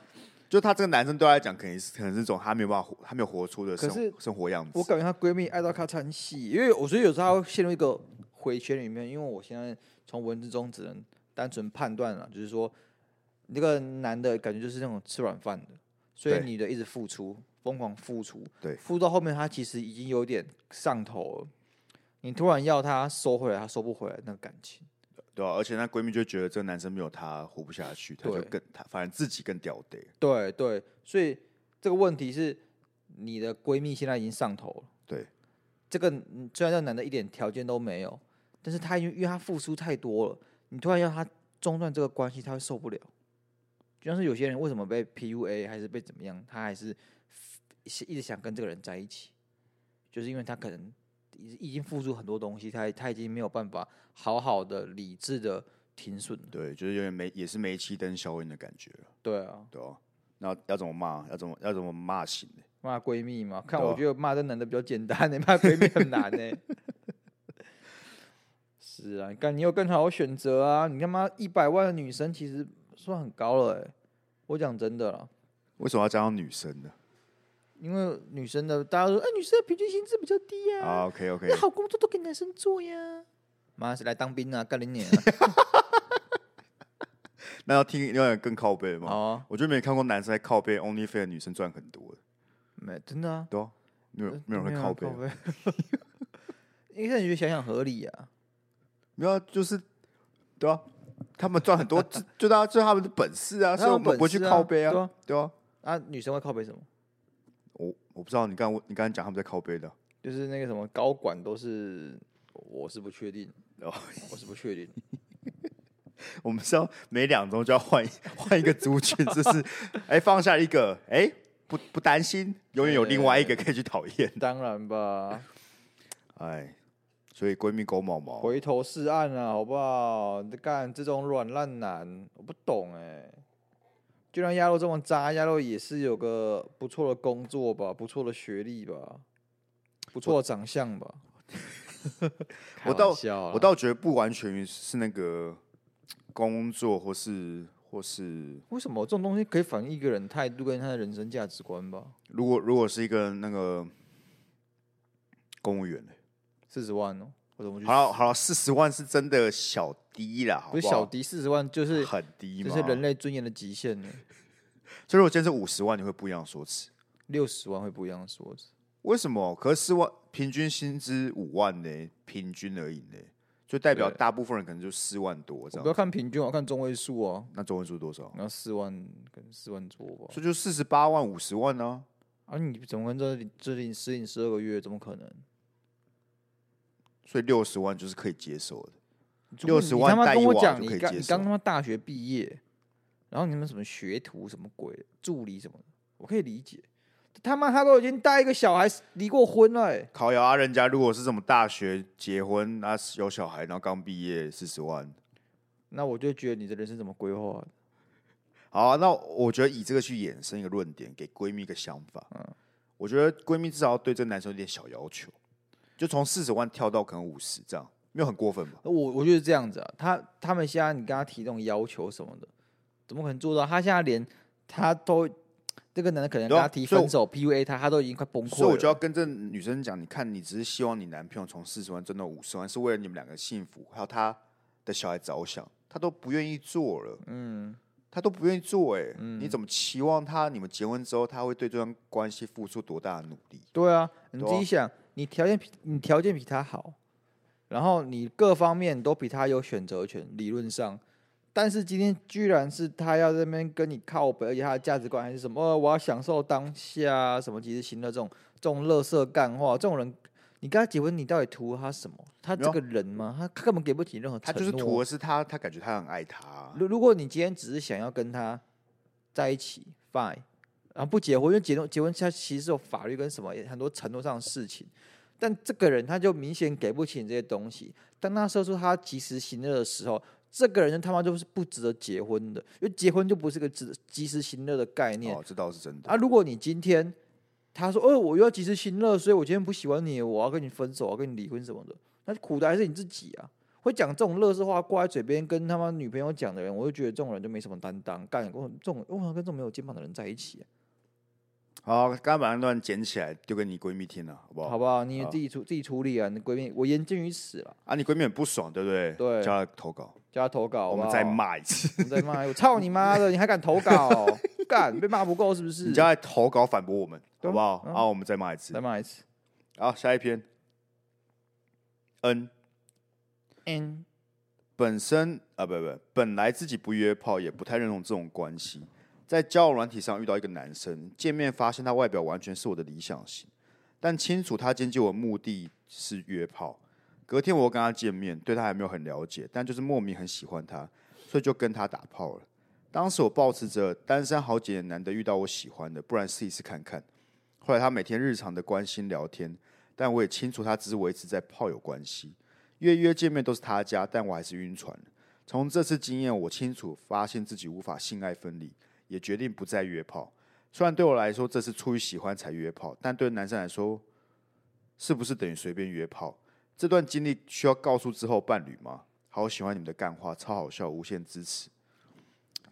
Speaker 2: 就她这个男生对她来讲，肯定是可能是一种她没有办法活，她没有活出的
Speaker 1: 可
Speaker 2: 生
Speaker 1: 是
Speaker 2: 生活样
Speaker 1: 我
Speaker 2: 子。
Speaker 1: 感觉她闺蜜爱到她参戏，因为我觉得有时候她会陷入一个回圈里面。因为我现在从文字中只能单纯判断了，就是说那个男的感觉就是那种吃软饭的，所以
Speaker 2: 对
Speaker 1: 女的一直付出，疯狂付出，
Speaker 2: 对
Speaker 1: 付出到后面她其实已经有点上头了。你突然要她收回来，她收不回来那个感情。
Speaker 2: 对啊，而且那闺蜜就觉得这个男生没有她活不下去，她就
Speaker 1: 对
Speaker 2: 更她反正自己更掉队。
Speaker 1: 对对，所以这个问题是你的闺蜜现在已经上头了。
Speaker 2: 对，
Speaker 1: 这个嗯虽然这个男的一点条件都没有，但是他因为因为他付出太多了，你突然要他中断这个关系，他会受不了。就像是有些人为什么被 PUA 还是被怎么样，他还是一直想跟这个人在一起，就是因为他可能已已经付出很多东西，他他已经没有办法好好的理智的停损了。
Speaker 2: 对，就是有点煤，也是煤气灯效应的感觉了，
Speaker 1: 对啊，
Speaker 2: 对啊。那要怎么骂？要怎么要怎么骂醒呢？
Speaker 1: 骂闺蜜嘛，看
Speaker 2: 对啊
Speaker 1: 我觉得骂这男的比较简单、欸， 骂闺蜜很难呢、 是啊，你看你有更好的选择啊！你他妈一百万的女生其实算很高了哎、我讲真的啦，
Speaker 2: 为什么要加上女生呢？
Speaker 1: 因为女生的大家都说，哎、女生的平均薪资比较低呀、
Speaker 2: 啊，OK OK，
Speaker 1: 那好工作都给男生做呀。妈，谁来当兵啊？干你 娘啊！
Speaker 2: 那要听另外一个更靠背的吗？
Speaker 1: 好啊，
Speaker 2: 我就没看过男生在靠背 OnlyFans 的女生赚很多的，
Speaker 1: 没真的啊，
Speaker 2: 对啊，没有
Speaker 1: 呃
Speaker 2: 没有人会靠背
Speaker 1: 靠
Speaker 2: 啊，
Speaker 1: 背。 因为你就想想合理啊，
Speaker 2: 没有啊就是对啊，他们赚很 多，就就大家就他们的本事啊，所以我
Speaker 1: 本
Speaker 2: 们不会去
Speaker 1: 事啊
Speaker 2: 靠背
Speaker 1: 对
Speaker 2: 啊
Speaker 1: 啊，
Speaker 2: 对啊，
Speaker 1: 啊，女生会靠背什么？
Speaker 2: 我我不知道你刚你刚才讲他们在靠背的，
Speaker 1: 就是那个什么高管都是，我是不确定，
Speaker 2: 哦
Speaker 1: 我是不确 定。
Speaker 2: 我们是要每两周就要换一 换一个族群，就是 哎放下一个，哎不不担心，永远有另外一个可以去讨厌，
Speaker 1: 当然吧，
Speaker 2: 哎，所以闺蜜狗毛毛，
Speaker 1: 回头是岸啊，好不好？你干这种软烂男，我不懂哎、就让鸭肉这么渣，鸭肉也是有个不错的工作吧，不错的学历吧，不错的长相吧。开
Speaker 2: 我 倒
Speaker 1: 玩笑啦
Speaker 2: 我倒觉得不完全是那个工作或是或是
Speaker 1: 为什么这种东西可以反映一个人态度跟他的人生价值观吧？
Speaker 2: 如果如果是一个那个公务员呢、
Speaker 1: 四十万哦，我怎么去？
Speaker 2: 好了好了，四十万是真的小低啦，好
Speaker 1: 不是
Speaker 2: 好
Speaker 1: 小迪四十万，就是
Speaker 2: 很低
Speaker 1: 这
Speaker 2: 嘛，
Speaker 1: 是人类尊严的极限呢。
Speaker 2: 所以如果今天是五十万，你会不一样的说辞。
Speaker 1: 六十万会不一样的说辞。
Speaker 2: 为什么？可是四万平均薪资五万呢，平均而已呢，就代表
Speaker 1: 对
Speaker 2: 大部分人可能就四万多
Speaker 1: 我
Speaker 2: 这
Speaker 1: 不要
Speaker 2: 样。
Speaker 1: 看平均，我要看中位数哦。
Speaker 2: 那中文数多少？
Speaker 1: 然后四万跟四万多吧。
Speaker 2: 所以就四十八万、五十万呢、
Speaker 1: 啊，你怎么跟这里这里十领十二个月？怎么可能？
Speaker 2: 所以六十万就是可以接受的。
Speaker 1: 如果你
Speaker 2: 60万
Speaker 1: 你他妈
Speaker 2: 带
Speaker 1: 跟
Speaker 2: 一
Speaker 1: 我
Speaker 2: 网
Speaker 1: 讲，
Speaker 2: 就
Speaker 1: 你
Speaker 2: 可以
Speaker 1: 刚
Speaker 2: 接
Speaker 1: 你刚
Speaker 2: 受
Speaker 1: 他妈大学毕业，然后你们什么学徒什么鬼的助理什么的，我可以理解。他妈他都已经带一个小孩离过婚了、欸，
Speaker 2: 烤窑啊，人家如果是什么大学结婚啊，有小孩，然后刚毕业四十万，
Speaker 1: 那我就觉得你的人生怎么规划的？
Speaker 2: 好、啊，那我觉得以这个去衍生一个论点，给闺蜜一个想法。我觉得闺蜜至少要对这个男生有点小要求，就从四十万跳到可能五十这样，没有很过分吧？
Speaker 1: 我我觉得这样子啊，他他们现在你跟他提这种要求什么的，怎么可能做到？他现在连他都这个男的可能
Speaker 2: 对
Speaker 1: 跟他
Speaker 2: 啊
Speaker 1: 提
Speaker 2: 所以
Speaker 1: 分手 PUA 他，他都已经快崩溃
Speaker 2: 所以我就
Speaker 1: 了。
Speaker 2: 要跟这女生讲，你看，你只是希望你男朋友从四十万赚到五十万，是为了你们两个幸福，还有他的小孩着想，他都不愿意做了，嗯，他都不愿意做、哎、
Speaker 1: 嗯
Speaker 2: 你怎么期望他？你们结婚之后，他会对这段关系付出多大的努力？
Speaker 1: 对啊，你自
Speaker 2: 对啊
Speaker 1: 己想，你条件比你条件比他好，然后你各方面都比他有选择权，理论上。但是今天居然是他要在那边跟你靠北，而且他的价值观还是什么、呃我要享受当下啊什么，其实行的这种这种乐色干话，这种人，你跟他结婚，你到底图他什么？他
Speaker 2: 没
Speaker 1: 这
Speaker 2: 有
Speaker 1: 个人吗？他根本给不起任何
Speaker 2: 他
Speaker 1: 承
Speaker 2: 就是
Speaker 1: 诺啊
Speaker 2: 图的是他，他感觉他很爱他，啊
Speaker 1: 如如果你今天只是想要跟他在一起，fine，然后不结婚，因为结婚结婚它其实是有法律跟什么很多承诺上的事情，但这个人他就明显给不起你这些东西。当他说出他及时行乐的时候，这个人就他妈就是不值得结婚的，因为结婚就不是个值及时行乐的概念。
Speaker 2: 哦，这倒是真的。
Speaker 1: 啊，如果你今天他说，哦，我又要及时行乐，所以我今天不喜欢你，我要跟你分手，我要跟你离婚什么的，那苦的还是你自己啊。会讲这种乐事话挂在嘴边，跟他妈女朋友讲的人，我就觉得这种人就没什么担当，干跟我这种为什么跟这种没有肩膀的人在一起、啊
Speaker 2: 好，刚刚把那段捡起来丢给你闺蜜听了，好不好？
Speaker 1: 好不好？你
Speaker 2: 好
Speaker 1: 自己处自己处理啊，你闺蜜，我言尽于此了，
Speaker 2: 啊，你闺蜜很不爽，对不对？
Speaker 1: 对
Speaker 2: 叫她投稿，
Speaker 1: 叫他投稿好啊
Speaker 2: 我
Speaker 1: 不好，
Speaker 2: 们再骂一次。
Speaker 1: 我们再骂，我操你妈的，你还敢投稿？干被骂不够是不是
Speaker 2: 你？叫她投稿反驳我们，
Speaker 1: 对
Speaker 2: 好
Speaker 1: 啊
Speaker 2: 不好？
Speaker 1: 嗯
Speaker 2: 啊，我们再骂一次
Speaker 1: 再。骂一次。
Speaker 2: 好，下一篇。N
Speaker 1: N
Speaker 2: 本身啊，不不，本来自己不约炮，也不太认同这种关系。在交友软体上遇到一个男生，见面发现他外表完全是我的理想型，但清楚他经济我的目的是约炮。隔天我又跟他见面，对他还没有很了解，但就是莫名很喜欢他，所以就跟他打炮了。当时我抱持着单身好几年难得遇到我喜欢的，不然试一试看看。后来他每天日常的关心聊天，但我也清楚他只是维持在炮友关系。约约见面都是他家，但我还是晕船了。从这次经验，我清楚发现自己无法性爱分离，也决定不再约炮。虽然对我来说这是出于喜欢才约炮，但对男生来说，是不是等于随便约炮？这段经历需要告诉之后伴侣吗？好喜欢你们的干话，超好笑，无限支持。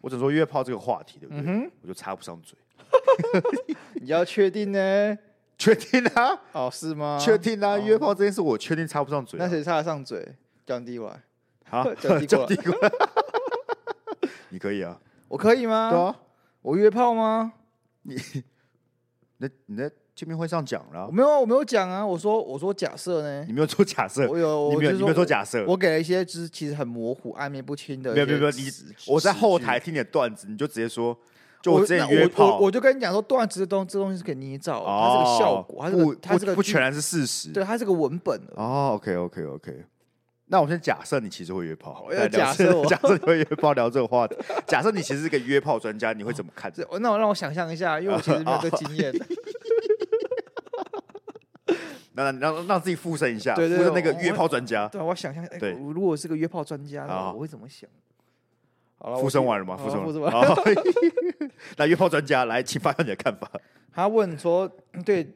Speaker 2: 我只能说约炮这个话题，对不对？我就插不上嘴。
Speaker 1: 你要确定呢？
Speaker 2: 确定啊，
Speaker 1: 哦，是吗？
Speaker 2: 确定啊，约炮这件事我确定插不上嘴、啊。
Speaker 1: 那谁插得上嘴？降低完。
Speaker 2: 好，
Speaker 1: 叫帝国
Speaker 2: 叫帝国，你可以啊，
Speaker 1: 我可以吗？
Speaker 2: 对啊，
Speaker 1: 我约炮吗？
Speaker 2: 那你在见面会上讲了啊
Speaker 1: 我，没有啊，我没有讲啊。我说，我说假设呢
Speaker 2: 你，没有做假设，
Speaker 1: 我有，
Speaker 2: 你
Speaker 1: 我
Speaker 2: 没
Speaker 1: 就
Speaker 2: 有，
Speaker 1: 是
Speaker 2: 你
Speaker 1: 说
Speaker 2: 没有做假设
Speaker 1: 我，我给了一些就是其实很模糊、暧昧不清的一些
Speaker 2: 没有
Speaker 1: 词。
Speaker 2: 没有没有，你
Speaker 1: 词
Speaker 2: 我在后
Speaker 1: 句
Speaker 2: 台，听你的段子，你就直接说，就
Speaker 1: 我
Speaker 2: 之前
Speaker 1: 那
Speaker 2: 约
Speaker 1: 我
Speaker 2: 炮，哦
Speaker 1: 我我就跟你讲说，段子这东这东西是可以捏造的，它是个效果，它是
Speaker 2: 不
Speaker 1: 个它是
Speaker 2: 不
Speaker 1: 个
Speaker 2: 不
Speaker 1: 剧
Speaker 2: 全，然是事实，
Speaker 1: 对，啊它是个文本。
Speaker 2: 哦，OK OK OK，那我先假设你其实会约炮，
Speaker 1: 我要
Speaker 2: 再聊
Speaker 1: 假
Speaker 2: 这
Speaker 1: 设我
Speaker 2: 假设你会约炮聊这个话题， 假设你其实是个约炮专家，你会怎么看？
Speaker 1: 这那我让我想象一下，因为我其实
Speaker 2: 哦
Speaker 1: 没有这个经 验。
Speaker 2: 那让让让自己附身一下，附
Speaker 1: 对对对
Speaker 2: 身那个
Speaker 1: 我
Speaker 2: 约炮专家，
Speaker 1: 对啊，我想象，哎，
Speaker 2: 对哦
Speaker 1: 我如果我是个约炮专家，
Speaker 2: 好
Speaker 1: 那我会怎么想？好了，
Speaker 2: 附
Speaker 1: 我
Speaker 2: 身
Speaker 1: 去
Speaker 2: 完了吗？
Speaker 1: 好
Speaker 2: 附身
Speaker 1: 附身
Speaker 2: 完
Speaker 1: 完
Speaker 2: 了。好 那约炮专家来，请发表你的看法。
Speaker 1: 他问说， 对，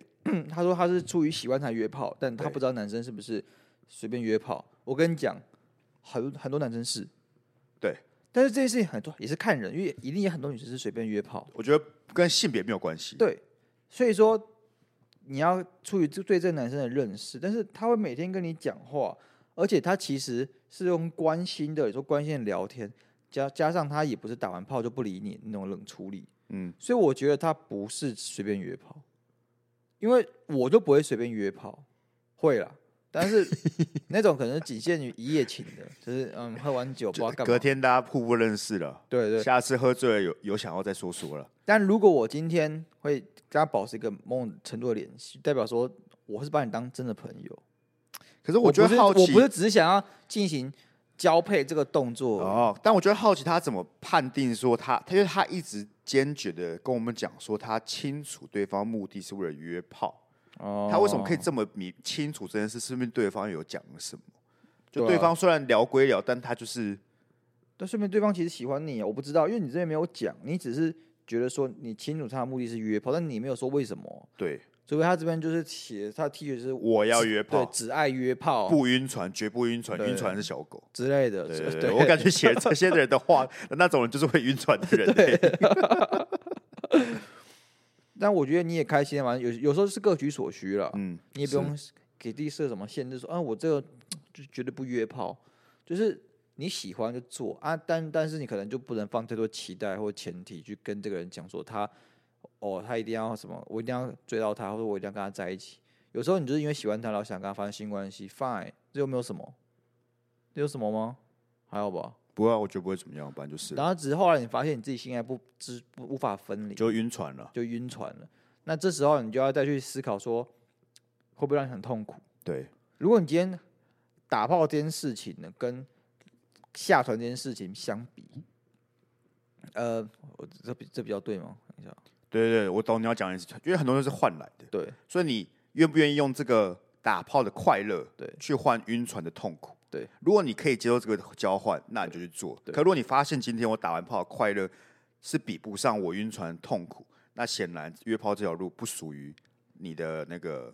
Speaker 1: 他说他是出于喜欢才约炮，但他
Speaker 2: 对
Speaker 1: 不知道男生是不是随便约炮。我跟你讲，很很多男生是，
Speaker 2: 对，
Speaker 1: 但是这件事情很多也是看人，因为一定有很多女生是随便约炮，
Speaker 2: 我觉得跟性别没有关系。
Speaker 1: 对，所以说你要出于这对这个男生的认识，但是他会每天跟你讲话，而且他其实是用关心的，也说关心的聊天，加加上他也不是打完炮就不理你那种冷处理，
Speaker 2: 嗯，
Speaker 1: 所以我觉得他不是随便约炮，因为我就不会随便约炮，会啦，但 是那种可能仅限于一夜情的，就是嗯喝完酒不知道干嘛。
Speaker 2: 隔天大家互不认识了，
Speaker 1: 对对，
Speaker 2: 下次喝醉了有有想要再说说了，
Speaker 1: 但如果我今天会跟他保持一个某种程度的联系，代表说我是把你当真的朋友。
Speaker 2: 可是我觉
Speaker 1: 不
Speaker 2: 得
Speaker 1: 是
Speaker 2: 好
Speaker 1: 我
Speaker 2: 奇
Speaker 1: 不是只是想要进行交配这个动作。
Speaker 2: 哦，但我觉得好奇他怎么判定说他，他因为他一直坚决的跟我们讲说他清楚对方目的是为了约炮，
Speaker 1: 哦
Speaker 2: 他为什么可以这么明清楚这件事？是不是对方有讲了什么？就
Speaker 1: 对啊
Speaker 2: 对方虽然聊归聊，但他就是
Speaker 1: 但说明对方其实喜欢你啊，我不知道，因为你这边没有讲，你只是觉得说你清楚他的目的是约炮，但你没有说为什么。
Speaker 2: 对
Speaker 1: 除非他这边就是写他的 T 恤是
Speaker 2: 我要约
Speaker 1: 对
Speaker 2: 炮，
Speaker 1: 只爱约炮
Speaker 2: 不晕船，绝不晕船，
Speaker 1: 对
Speaker 2: 晕船是小狗。
Speaker 1: 之类的，
Speaker 2: 对
Speaker 1: 所以
Speaker 2: 对对，我感觉写这些人的 话，那种人就是会晕船的人、欸。
Speaker 1: 但我觉得你也开心啊嘛，有有时候是各取所需了，
Speaker 2: 嗯，
Speaker 1: 你也不用给自己设什么限制，说啊我这个就绝对不约炮，就是你喜欢就做啊，但但是你可能就不能放太多期待或前提去跟这个人讲说他哦他一定要什么，我一定要追到他，或者我一定要跟他在一起。有时候你就是因为喜欢他，然后想跟他发生性关系，fine，这又没有什么，这有什么吗？还好吧。
Speaker 2: 不过我觉得不会怎么样，反正就是
Speaker 1: 然后只是后来你发现你自己性爱不知不无法分离，
Speaker 2: 就晕船了。
Speaker 1: 就晕船了。那这时候你就要再去思考说，会不会让你很痛苦？
Speaker 2: 对，
Speaker 1: 如果你今天打炮这件事情呢，跟下船这件事情相比，呃，我这比这比较对吗？等一下，
Speaker 2: 对对对，我懂你要讲的意思，因为很多人是换来的。
Speaker 1: 对
Speaker 2: 所以你愿不愿意用这个打炮的快乐，
Speaker 1: 对
Speaker 2: 去换晕船的痛苦？
Speaker 1: 对，
Speaker 2: 如果你可以接受这个交换，那你就去做。
Speaker 1: 对
Speaker 2: 可如果你发现今天我打完炮的快乐是比不上我晕船的痛苦，那显然约炮这条路不属于你的那个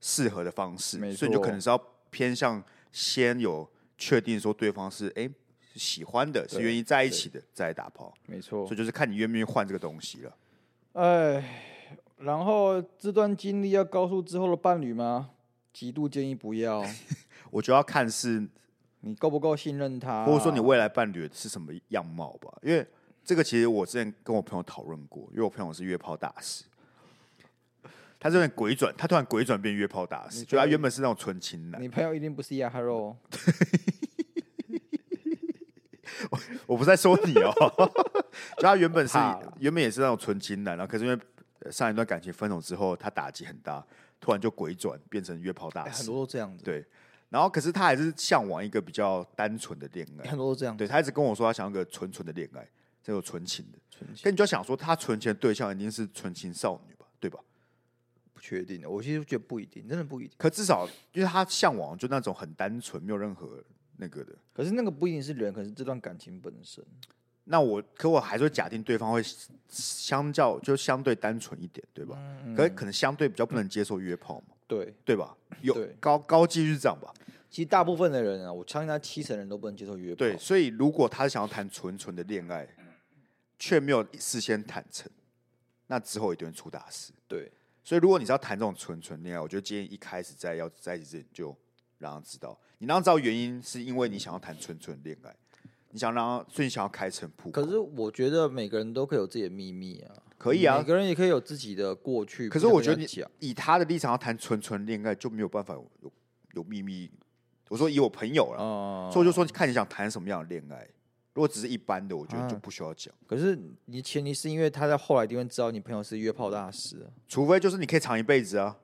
Speaker 2: 适合的方式
Speaker 1: 没，错
Speaker 2: 所以你就可能是要偏向先有确定说对方是哎、诶是喜欢的，是
Speaker 1: 对
Speaker 2: 愿意在一起的，再来打炮。
Speaker 1: 没错
Speaker 2: 所以。就是看你愿不愿意换这个东西了。
Speaker 1: 哎，然后这段经历要告诉之后的伴侣吗？极度建议不 要，
Speaker 2: 我就要看是
Speaker 1: 你够不够信任他，
Speaker 2: 或者说你未来伴侣是什么样貌吧？因为这个其实我之前跟我朋友讨论过，因为我朋友是约炮大师，他这点鬼转，他突然鬼转变约炮大师，
Speaker 1: 你
Speaker 2: 就
Speaker 1: 朋
Speaker 2: 他
Speaker 1: 友
Speaker 2: 原本是那种纯情男，
Speaker 1: 你朋友一定不是亚哈肉，
Speaker 2: 我不是在说你 哦，就他原本是
Speaker 1: 怕了
Speaker 2: 原本也是那种纯情男，然后可是因为呃上一段感情分手之后，他打击很大，突然就鬼转变成约炮大
Speaker 1: 哎很
Speaker 2: 师，
Speaker 1: 多都这样子，
Speaker 2: 对，然后可是他还是向往一个比较单纯的恋爱，
Speaker 1: 哎很多都这样子
Speaker 2: 对，他一直跟我说他想要个纯纯的恋爱，这种纯情的。
Speaker 1: 存钱
Speaker 2: 跟你就想说，他存钱的对象一定是纯情少女吧，对吧？
Speaker 1: 不确定的，啊我其实觉得不一定，真的不一定。
Speaker 2: 可至少，因为他向往就那种很单纯，没有任何那个的。
Speaker 1: 可是那个不一定是人，可是这段感情本身。
Speaker 2: 那我，可我还是会假定对方会相较就相对单纯一点，对吧？可可能相对比较不能接受约炮嘛，
Speaker 1: 对，
Speaker 2: 对吧？有
Speaker 1: 对
Speaker 2: 高高几率是这样吧？
Speaker 1: 其实大部分的人啊，我相信他七成人都不能接受约炮。
Speaker 2: 对，所以如果他想要谈纯纯的恋爱，却没有事先坦诚，那之后一定会出大事。
Speaker 1: 对，
Speaker 2: 所以如果你是要谈这种纯纯恋爱，我就建议一开始在要在一起之前就让他知道，你让他知道原因是因为你想要谈纯纯恋爱，你想让他，所以你想要开诚布公。
Speaker 1: 可是我觉得每个人都可以有自己的秘密啊，
Speaker 2: 可以啊
Speaker 1: 每，个人也可以有自己的过去。
Speaker 2: 可是我觉得
Speaker 1: 不
Speaker 2: 你
Speaker 1: 想跟人家
Speaker 2: 以他的立场要谈纯纯恋爱就没有办法有有有秘密。我说以我朋友
Speaker 1: 讲
Speaker 2: 了，
Speaker 1: 啊，
Speaker 2: 所以我就说看你想谈什么样的恋爱。如果只是一般的，我觉得就
Speaker 1: 啊
Speaker 2: 不需要讲，
Speaker 1: 可是你前提是因为他在后来一定会知道你朋友是约炮大师啊。
Speaker 2: 除非就是你可以藏一辈子啊。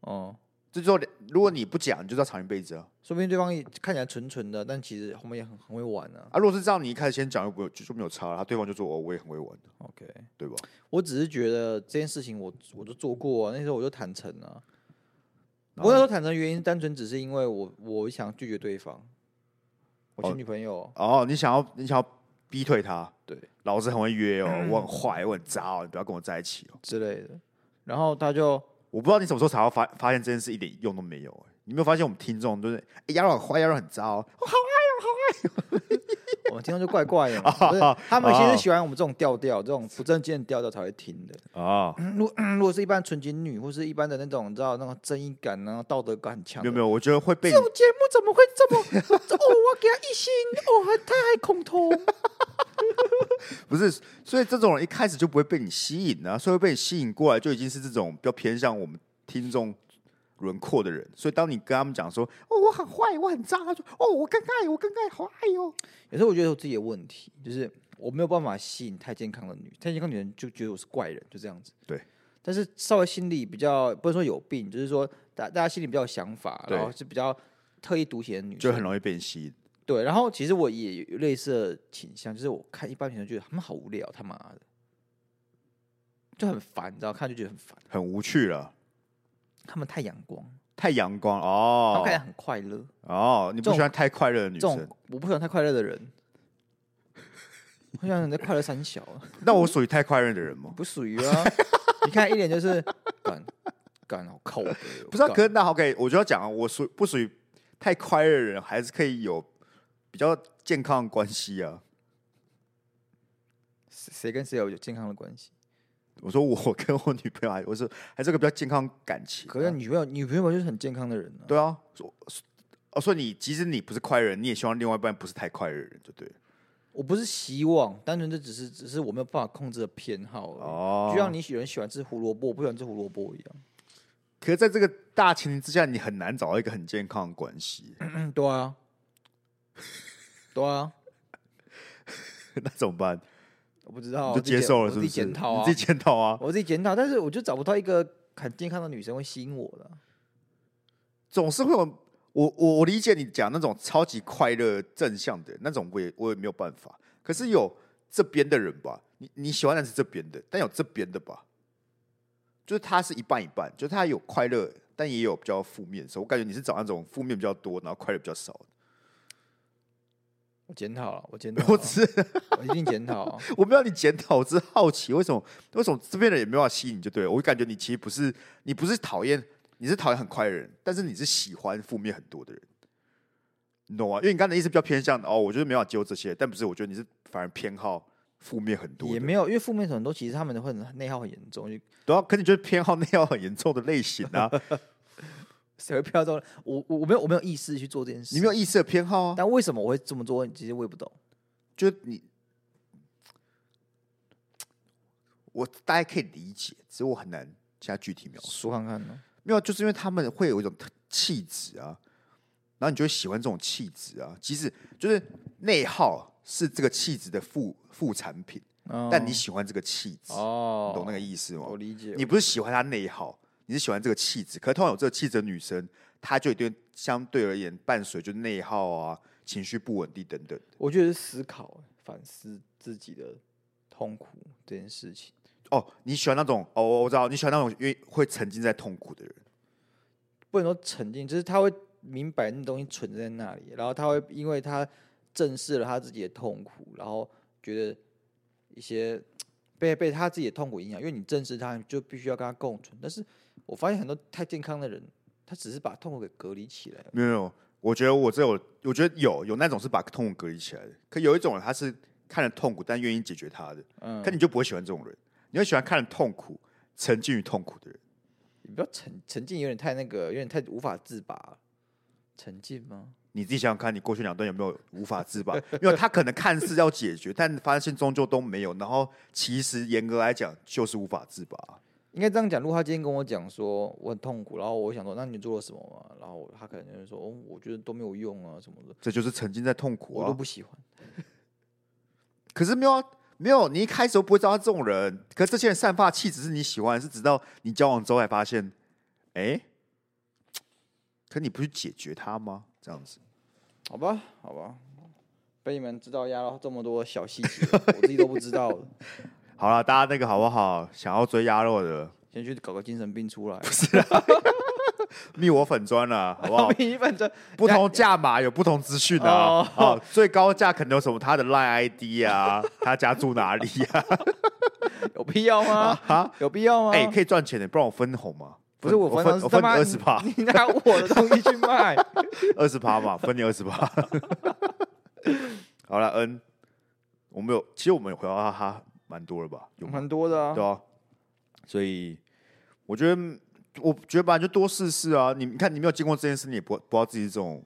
Speaker 1: 哦、
Speaker 2: 这就如果你不讲，你就知道藏一辈子啊。
Speaker 1: 说不定对方也看起来纯纯的，但其实后面也很很会玩啊。
Speaker 2: 啊，如果是这样，你一开始先讲又不就就没有差了，他对方就说哦，我也很会玩的，
Speaker 1: OK，
Speaker 2: 对吧？
Speaker 1: 我只是觉得这件事情我我就做过、啊，那时候我就坦诚啊。
Speaker 2: 然后
Speaker 1: 我那时候坦诚的原因，单纯只是因为我我想拒绝对方，我前女朋友、
Speaker 2: 哦，你想要你想要逼退他，
Speaker 1: 对
Speaker 2: 老子很会约哦，我很坏，我很渣哦，你不要跟我在一起哦。
Speaker 1: 之类的，然后他就
Speaker 2: 我不知道你什么时候才要发发现这件事一点用都没有、哎你有没有发现我们听众就是，哎、亚软很坏，亚软很渣哦，
Speaker 1: 我们听众就怪怪 的嘛，不是他们其
Speaker 2: 哦
Speaker 1: 实喜欢我们这种调调，这种不正经的调调才会听的。
Speaker 2: 啊、
Speaker 1: 嗯如如果是一般纯情女，或是一般的那种，你知道那种正义感啊、道德感很强的，
Speaker 2: 没有没有，我觉得会被
Speaker 1: 这 种节目怎么会这么？哦，我给他一星，哦，还他还恐同，
Speaker 2: 不是，所以这种人一开始就不会被你吸引啊，所以会被你吸引过来就已经是这种比较偏向我们听众轮廓的人。所以当你跟他们讲说“哦，我很坏，我很渣”，他说“哦，我更爱，我更爱，好爱哟、哦
Speaker 1: 有时候我觉得我自己的问题，就是我没有办法吸引太健康的女，太健康女人就觉得我是怪人，就这样子。
Speaker 2: 对。
Speaker 1: 但是稍微心里比较不能说有病，就是说大大家心里比较有想法，
Speaker 2: 对
Speaker 1: 然后是比较特立独行的女”，生，
Speaker 2: 就很容易被你吸引。
Speaker 1: 对。然后其实我也有类似的倾向，就是我看一般女生觉得他们好无聊，他妈的，就很烦，你知道，看就觉得很烦。
Speaker 2: 很无趣了，
Speaker 1: 他们太阳光，
Speaker 2: 太阳光
Speaker 1: 他们看起来
Speaker 2: 哦
Speaker 1: 很快乐。
Speaker 2: 哦，你
Speaker 1: 这
Speaker 2: 不
Speaker 1: 种
Speaker 2: 喜欢太快乐的女
Speaker 1: 这种
Speaker 2: 生，
Speaker 1: 我不喜欢太快乐的人，我想你在快乐三小啊。
Speaker 2: 那我属于太快乐的人吗？
Speaker 1: 不属于啊。你看一脸就是干干好靠北哦，
Speaker 2: 不是、啊，
Speaker 1: 干
Speaker 2: 可是那好，给我就要讲啊，我属不属于太快乐的人，还是可以有比较健康的关系啊。
Speaker 1: 谁谁跟谁有健康的关系？
Speaker 2: 我说我跟我女朋友还我是还是个比较健康感情啊、
Speaker 1: 可是女朋友女朋友就是很健康的人啊，
Speaker 2: 对啊，所哦，所以你即使你不是快乐人，你也希望另外一半不是太快乐的人，就对了。
Speaker 1: 我不是希望，单纯这只是只是我没有办法控制的偏好而已，
Speaker 2: 哦
Speaker 1: 就，像你喜人喜欢吃胡萝卜，我不喜欢吃胡萝卜一样。
Speaker 2: 可是在这个大前提之下，你很难找到一个很健康的关系，
Speaker 1: 嗯，对啊，对啊，
Speaker 2: 那怎么办？
Speaker 1: 我不知道啊，
Speaker 2: 你就
Speaker 1: 我自己
Speaker 2: 接受了
Speaker 1: 我
Speaker 2: 是不
Speaker 1: 自
Speaker 2: 是？
Speaker 1: 己检讨啊
Speaker 2: 你自，己检讨啊。
Speaker 1: 我自己检讨，但是我就找不到一个很健康的女生会吸引我的啊。
Speaker 2: 总是会有我我我理解你讲那种超级快乐正向的那种，我也我也没有办法。可是有这边的人吧，你你喜欢的是这边的，但有这边的吧，就是他是一半一半，就是他有快乐，但也有比较负面的时候。我感觉你是找那种负面比较多，然后快乐比较少的。
Speaker 1: 我检讨啊了，我检讨了，
Speaker 2: 我只是
Speaker 1: 我一定检讨 啊。
Speaker 2: 我没有你检讨，我只是好奇为什么为什么这边的人也没有办法吸引你就对了。我感觉你其实不是你不是讨厌，你是讨厌很快的人，但是你是喜欢负面很多的人，你懂吗？因为你刚才的意思比较偏向哦，我就是没办法接受这些，但不是，我觉得你是反而偏好负面很多
Speaker 1: 也
Speaker 2: 的，
Speaker 1: 没有，因为负面很多，其实他们都会很内耗很严重，就
Speaker 2: 对啊。可你就是偏好那样很严重的类型 啊，
Speaker 1: 谁会飘到我我我没有我没有意识去做这件事，
Speaker 2: 你没有，意识的偏好啊，
Speaker 1: 但为什么我会这么做？其实我也不懂。
Speaker 2: 就是你。我大概可以理解，只是我很难加具体描述。
Speaker 1: 说看看呢？
Speaker 2: 没有，就是因为他们会有一种特气质啊，然后你就会喜欢这种气质啊。即使就是内耗是这个气质的副副产品，
Speaker 1: 嗯
Speaker 2: 但你喜欢这个气质，
Speaker 1: 哦
Speaker 2: 你，懂那个意思吗
Speaker 1: 我？理解。
Speaker 2: 你不是喜欢她内耗，你是喜欢这个气质。可是通常有这个气质的女生，她就一定相对而言伴随就内耗啊、情绪不稳定等等。
Speaker 1: 我觉得是思考、反思自己的痛苦这件事情。
Speaker 2: 哦，你喜欢那种哦，我知道你喜欢那种因为会沉浸在痛苦的人。
Speaker 1: 不能说沉浸，就是他会明白那东西存在那里，然后他会因为他正视了他自己的痛苦，然后觉得一些被被他自己的痛苦影响，因为你正视他，你就必须要跟他共存。但是我发现很多太健康的人，他只是把痛苦给隔离起来了。
Speaker 2: 没有没有，我觉得我这有，我觉得有有那种是把痛苦隔离起来的，可有一种人他是看着痛苦但愿意解决他的，
Speaker 1: 嗯
Speaker 2: 可，你就不会喜欢这种人，你会喜欢看着痛苦沉浸于痛苦的人。
Speaker 1: 你不要沉沉浸，有点太那个，有点太无法自拔了。沉浸吗？
Speaker 2: 你自己想想看，你过去两段有没有无法自拔？因为他可能看似要解决，但发现终究都没有，然后其实严格来讲就是无法自拔。
Speaker 1: 应该这样讲，如果他今天跟我讲说我很痛苦，然后我想说，那你做了什么嘛？然后他可能就会说，哦，我觉得都没有用啊什么的，
Speaker 2: 这就是沉浸在痛苦
Speaker 1: 我都
Speaker 2: 啊！
Speaker 1: 不喜欢。
Speaker 2: 可是没有啊，没有，你一开始都不会知道他这种人。可是这些人散发的气质是你喜欢的，是直到你交往之后才发现，哎、可你不去解决他吗？这样子，
Speaker 1: 好吧，好吧，被你们知道压到这么多小细 节，我自己都不知道了，
Speaker 2: 好了，大家那个好不好？想要追鸭肉的，
Speaker 1: 先去搞个精神病出来。？
Speaker 2: 密我粉砖了，好不好
Speaker 1: 你反正
Speaker 2: 不同价码有不同资讯啊，哦，最高价可能有什么他的 line ID 啊，他家住哪里啊呀、
Speaker 1: 有必要吗？
Speaker 2: 啊？
Speaker 1: 有必要吗？
Speaker 2: 哎、可以赚钱的，不然我分红吗？
Speaker 1: 哦不是我
Speaker 2: 分
Speaker 1: 反
Speaker 2: 分
Speaker 1: 正
Speaker 2: 我
Speaker 1: 是
Speaker 2: 分
Speaker 1: 他妈
Speaker 2: 你二十趴，
Speaker 1: 你你拿我的东西 去卖，
Speaker 2: 二十趴嘛，分你二十趴。 好了，恩，我们有，其实我们有回到哈哈蛮多了吧？有吗？
Speaker 1: 蛮多的啊
Speaker 2: 对。啊，所以我觉得，我觉得吧，就多试试啊。你你看，你没有经过这件事，你也不不知道自己是这种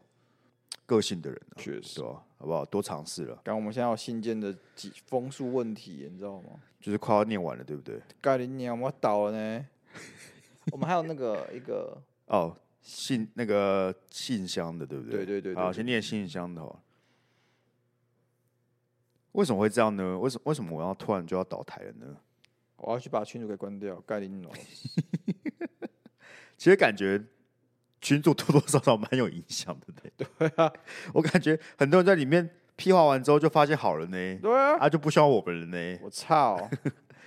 Speaker 2: 个性的人、啊，
Speaker 1: 确实
Speaker 2: 对啊。好不好？多尝试了，
Speaker 1: 然后我们现在有信件的几封数问题，你知道吗？
Speaker 2: 就是快要念完了，对不对？
Speaker 1: 盖林鸟我倒了呢。 我们还有那个一个，
Speaker 2: 哦，信那个信箱的，对不对？
Speaker 1: 对对对对
Speaker 2: 好，
Speaker 1: 对
Speaker 2: 先念信箱的好了。为什么会这样呢？为什为什么我要突然就要倒台了呢？
Speaker 1: 我要去把群主给关掉。盖林鸟，
Speaker 2: 其实感觉群主多多少少蛮有影响的，对 对啊，我感觉很多人在里面屁话完之后就发现好了呢，
Speaker 1: 对啊，
Speaker 2: 啊就不需要我们了呢。
Speaker 1: 我 操！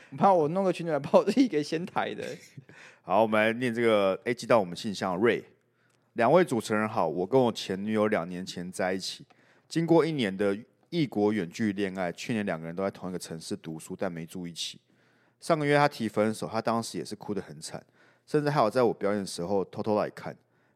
Speaker 1: 你怕我弄个群主来把我自己给掀台的？
Speaker 2: 好，我们来念这个 A 寄到我们信箱瑞，两位主持人好，我跟我前女友两年前在一起，经过一年的异国远距恋爱，去年两个人都在同一个城市读书，但没住一起。上个月她提分手，她当时也是哭得很惨，甚至还有在我表演的时候偷偷来看。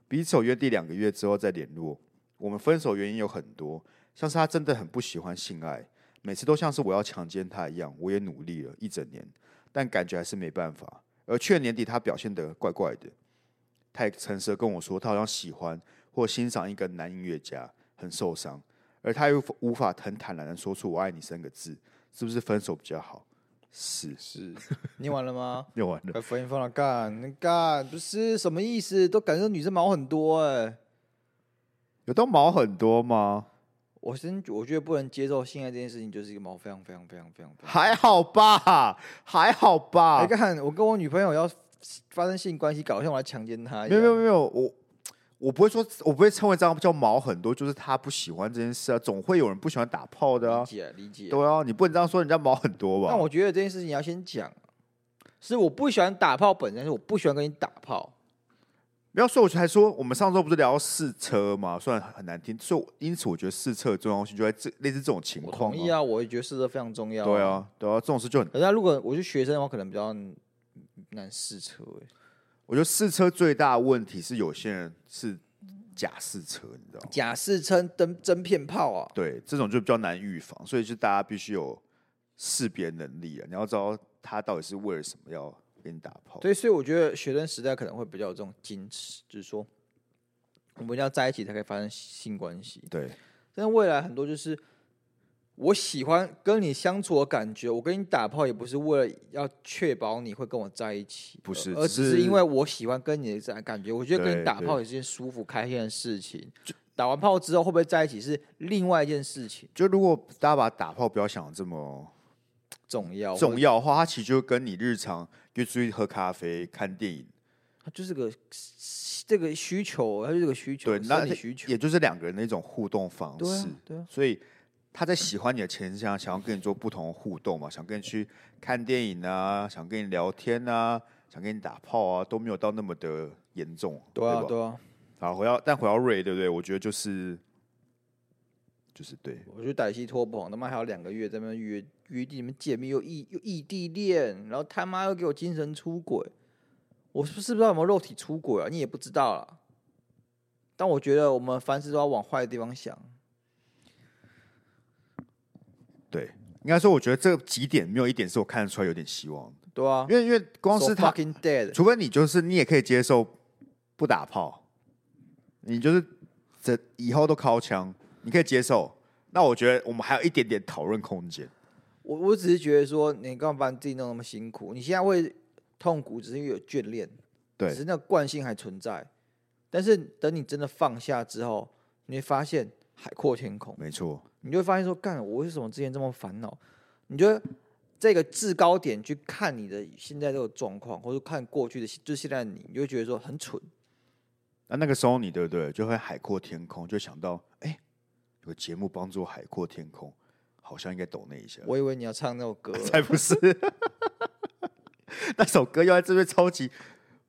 Speaker 2: 彼此有约定两个月之后再联络。我们分手原因有很多，像是她真的很不喜欢性爱，每次都像是我要强奸她一样。我也努力了一整年，但感觉还是没办法。而去年年底他表现得怪怪的，太诚实地跟我说，他好像喜欢或欣赏一个男音乐家，很受伤，而他又无法很坦然的说出“我爱你”三个字，是不是分手比较好？是
Speaker 1: 是，念完了 吗？
Speaker 2: 念完了，
Speaker 1: 快封一封了，干干不是什么意思？都感受女生毛很多哎、
Speaker 2: 有到毛很多吗？
Speaker 1: 我真我觉得不能接受性爱这件事情，就是一个毛非常非常非常非常非常。
Speaker 2: 还好吧，还好吧
Speaker 1: 你，看，我跟我女朋友要发生性关系，搞得像我来强奸她一样。
Speaker 2: 没有没有没有，我我不会说，我不会称为这样叫毛很多，就是他不喜欢这件事啊，总会有人不喜欢打炮的
Speaker 1: 理
Speaker 2: 啊，
Speaker 1: 解理解。
Speaker 2: 对啊，你不能这样说人家毛很多吧
Speaker 1: 但？我觉得这件事情要先讲，是我不喜欢打炮本身，是我不喜欢跟你打炮。
Speaker 2: 没有，所以我才说，我们上周不是聊到试车嘛，虽然很难听，所以我因此我觉得试车的重要性就在这类似这种情
Speaker 1: 我
Speaker 2: 况、
Speaker 1: 同意啊，我也觉得试车非常重要、
Speaker 2: 哦对。啊，对啊，这种事就很，
Speaker 1: 可是他如果我是学生的话，可能比较难试车、欸。
Speaker 2: 我觉得试车最大的问题是有些人是假试车，你知道吗？
Speaker 1: 假试车真真骗炮啊！
Speaker 2: 对，这种就比较难预防，所以就大家必须有识别能力啊，你要知道他到底是为了什么要跟你打炮。
Speaker 1: 对，所以我觉得学生时代可能会比较有这种矜持，就是说我们一定要在一起才可以发生性关系。
Speaker 2: 对
Speaker 1: 但是未来很多就是我喜欢跟你相处的感觉，我跟你打炮也不是为了要确保你会跟我在一起，
Speaker 2: 不是
Speaker 1: 而
Speaker 2: 只
Speaker 1: 只
Speaker 2: 是
Speaker 1: 是因为我喜欢跟你的这样感觉，我觉得跟
Speaker 2: 对
Speaker 1: 你打炮
Speaker 2: 对
Speaker 1: 也是件舒服开心的事情。打完炮之后会不会在一起是另外一件事情，
Speaker 2: 就如果大家把打炮不要想得这么
Speaker 1: 重要
Speaker 2: 重
Speaker 1: 要，
Speaker 2: 要的话，它其实就跟你日常约出去喝咖啡、看电影
Speaker 1: 它就是个这个需求，它就是个需求，
Speaker 2: 对，那
Speaker 1: 生理需求，
Speaker 2: 也就是两个人的一种互动方
Speaker 1: 对啊。
Speaker 2: 式
Speaker 1: 对啊，
Speaker 2: 所以他在喜欢你的前提下，想要跟你做不同的互动嘛，想跟你去看电影啊，想跟你聊天啊，想跟你打炮啊，都没有到那么的严重，
Speaker 1: 对啊
Speaker 2: 吧？
Speaker 1: 对啊，
Speaker 2: 好，回到但回到瑞，对不对？我觉得就是就是对，
Speaker 1: 我就歹西拖棚，他妈还有两个月在那边约约地里面见面，又异又异地恋，然后他妈又给我精神出轨，我是不是不知道有没有肉体出轨啊？你也不知道啦。但我觉得我们凡事都要往坏的地方想，
Speaker 2: 应该说，我觉得这几点没有一点是我看得出来有点希望的，
Speaker 1: 对啊，
Speaker 2: 因为因为光
Speaker 1: So
Speaker 2: 是他，
Speaker 1: fucking dead，
Speaker 2: 除非你就是你也可以接受不打炮，你就是这以后都靠枪，你可以接受。那我觉得我们还有一点点讨论空间。
Speaker 1: 我我只是觉得说，你干嘛把你自己弄那么辛苦？你现在会痛苦，只是因为有眷恋，
Speaker 2: 对
Speaker 1: 只是那个惯性还存在。但是等你真的放下之后，你会发现海阔天空。
Speaker 2: 没错，
Speaker 1: 你就会发现说，干，我为什么之前这么烦恼？你觉得这个制高点去看你的现在这个状况，或者看过去的，就是现在的你，你就会觉得说很蠢。
Speaker 2: 那那个时候你对不对，就会海阔天空，就想到哎、有个节目帮助我海阔天空，好像应该懂那一下。，
Speaker 1: 我以为你要唱那首歌
Speaker 2: 才不是， 那首歌要在这边超级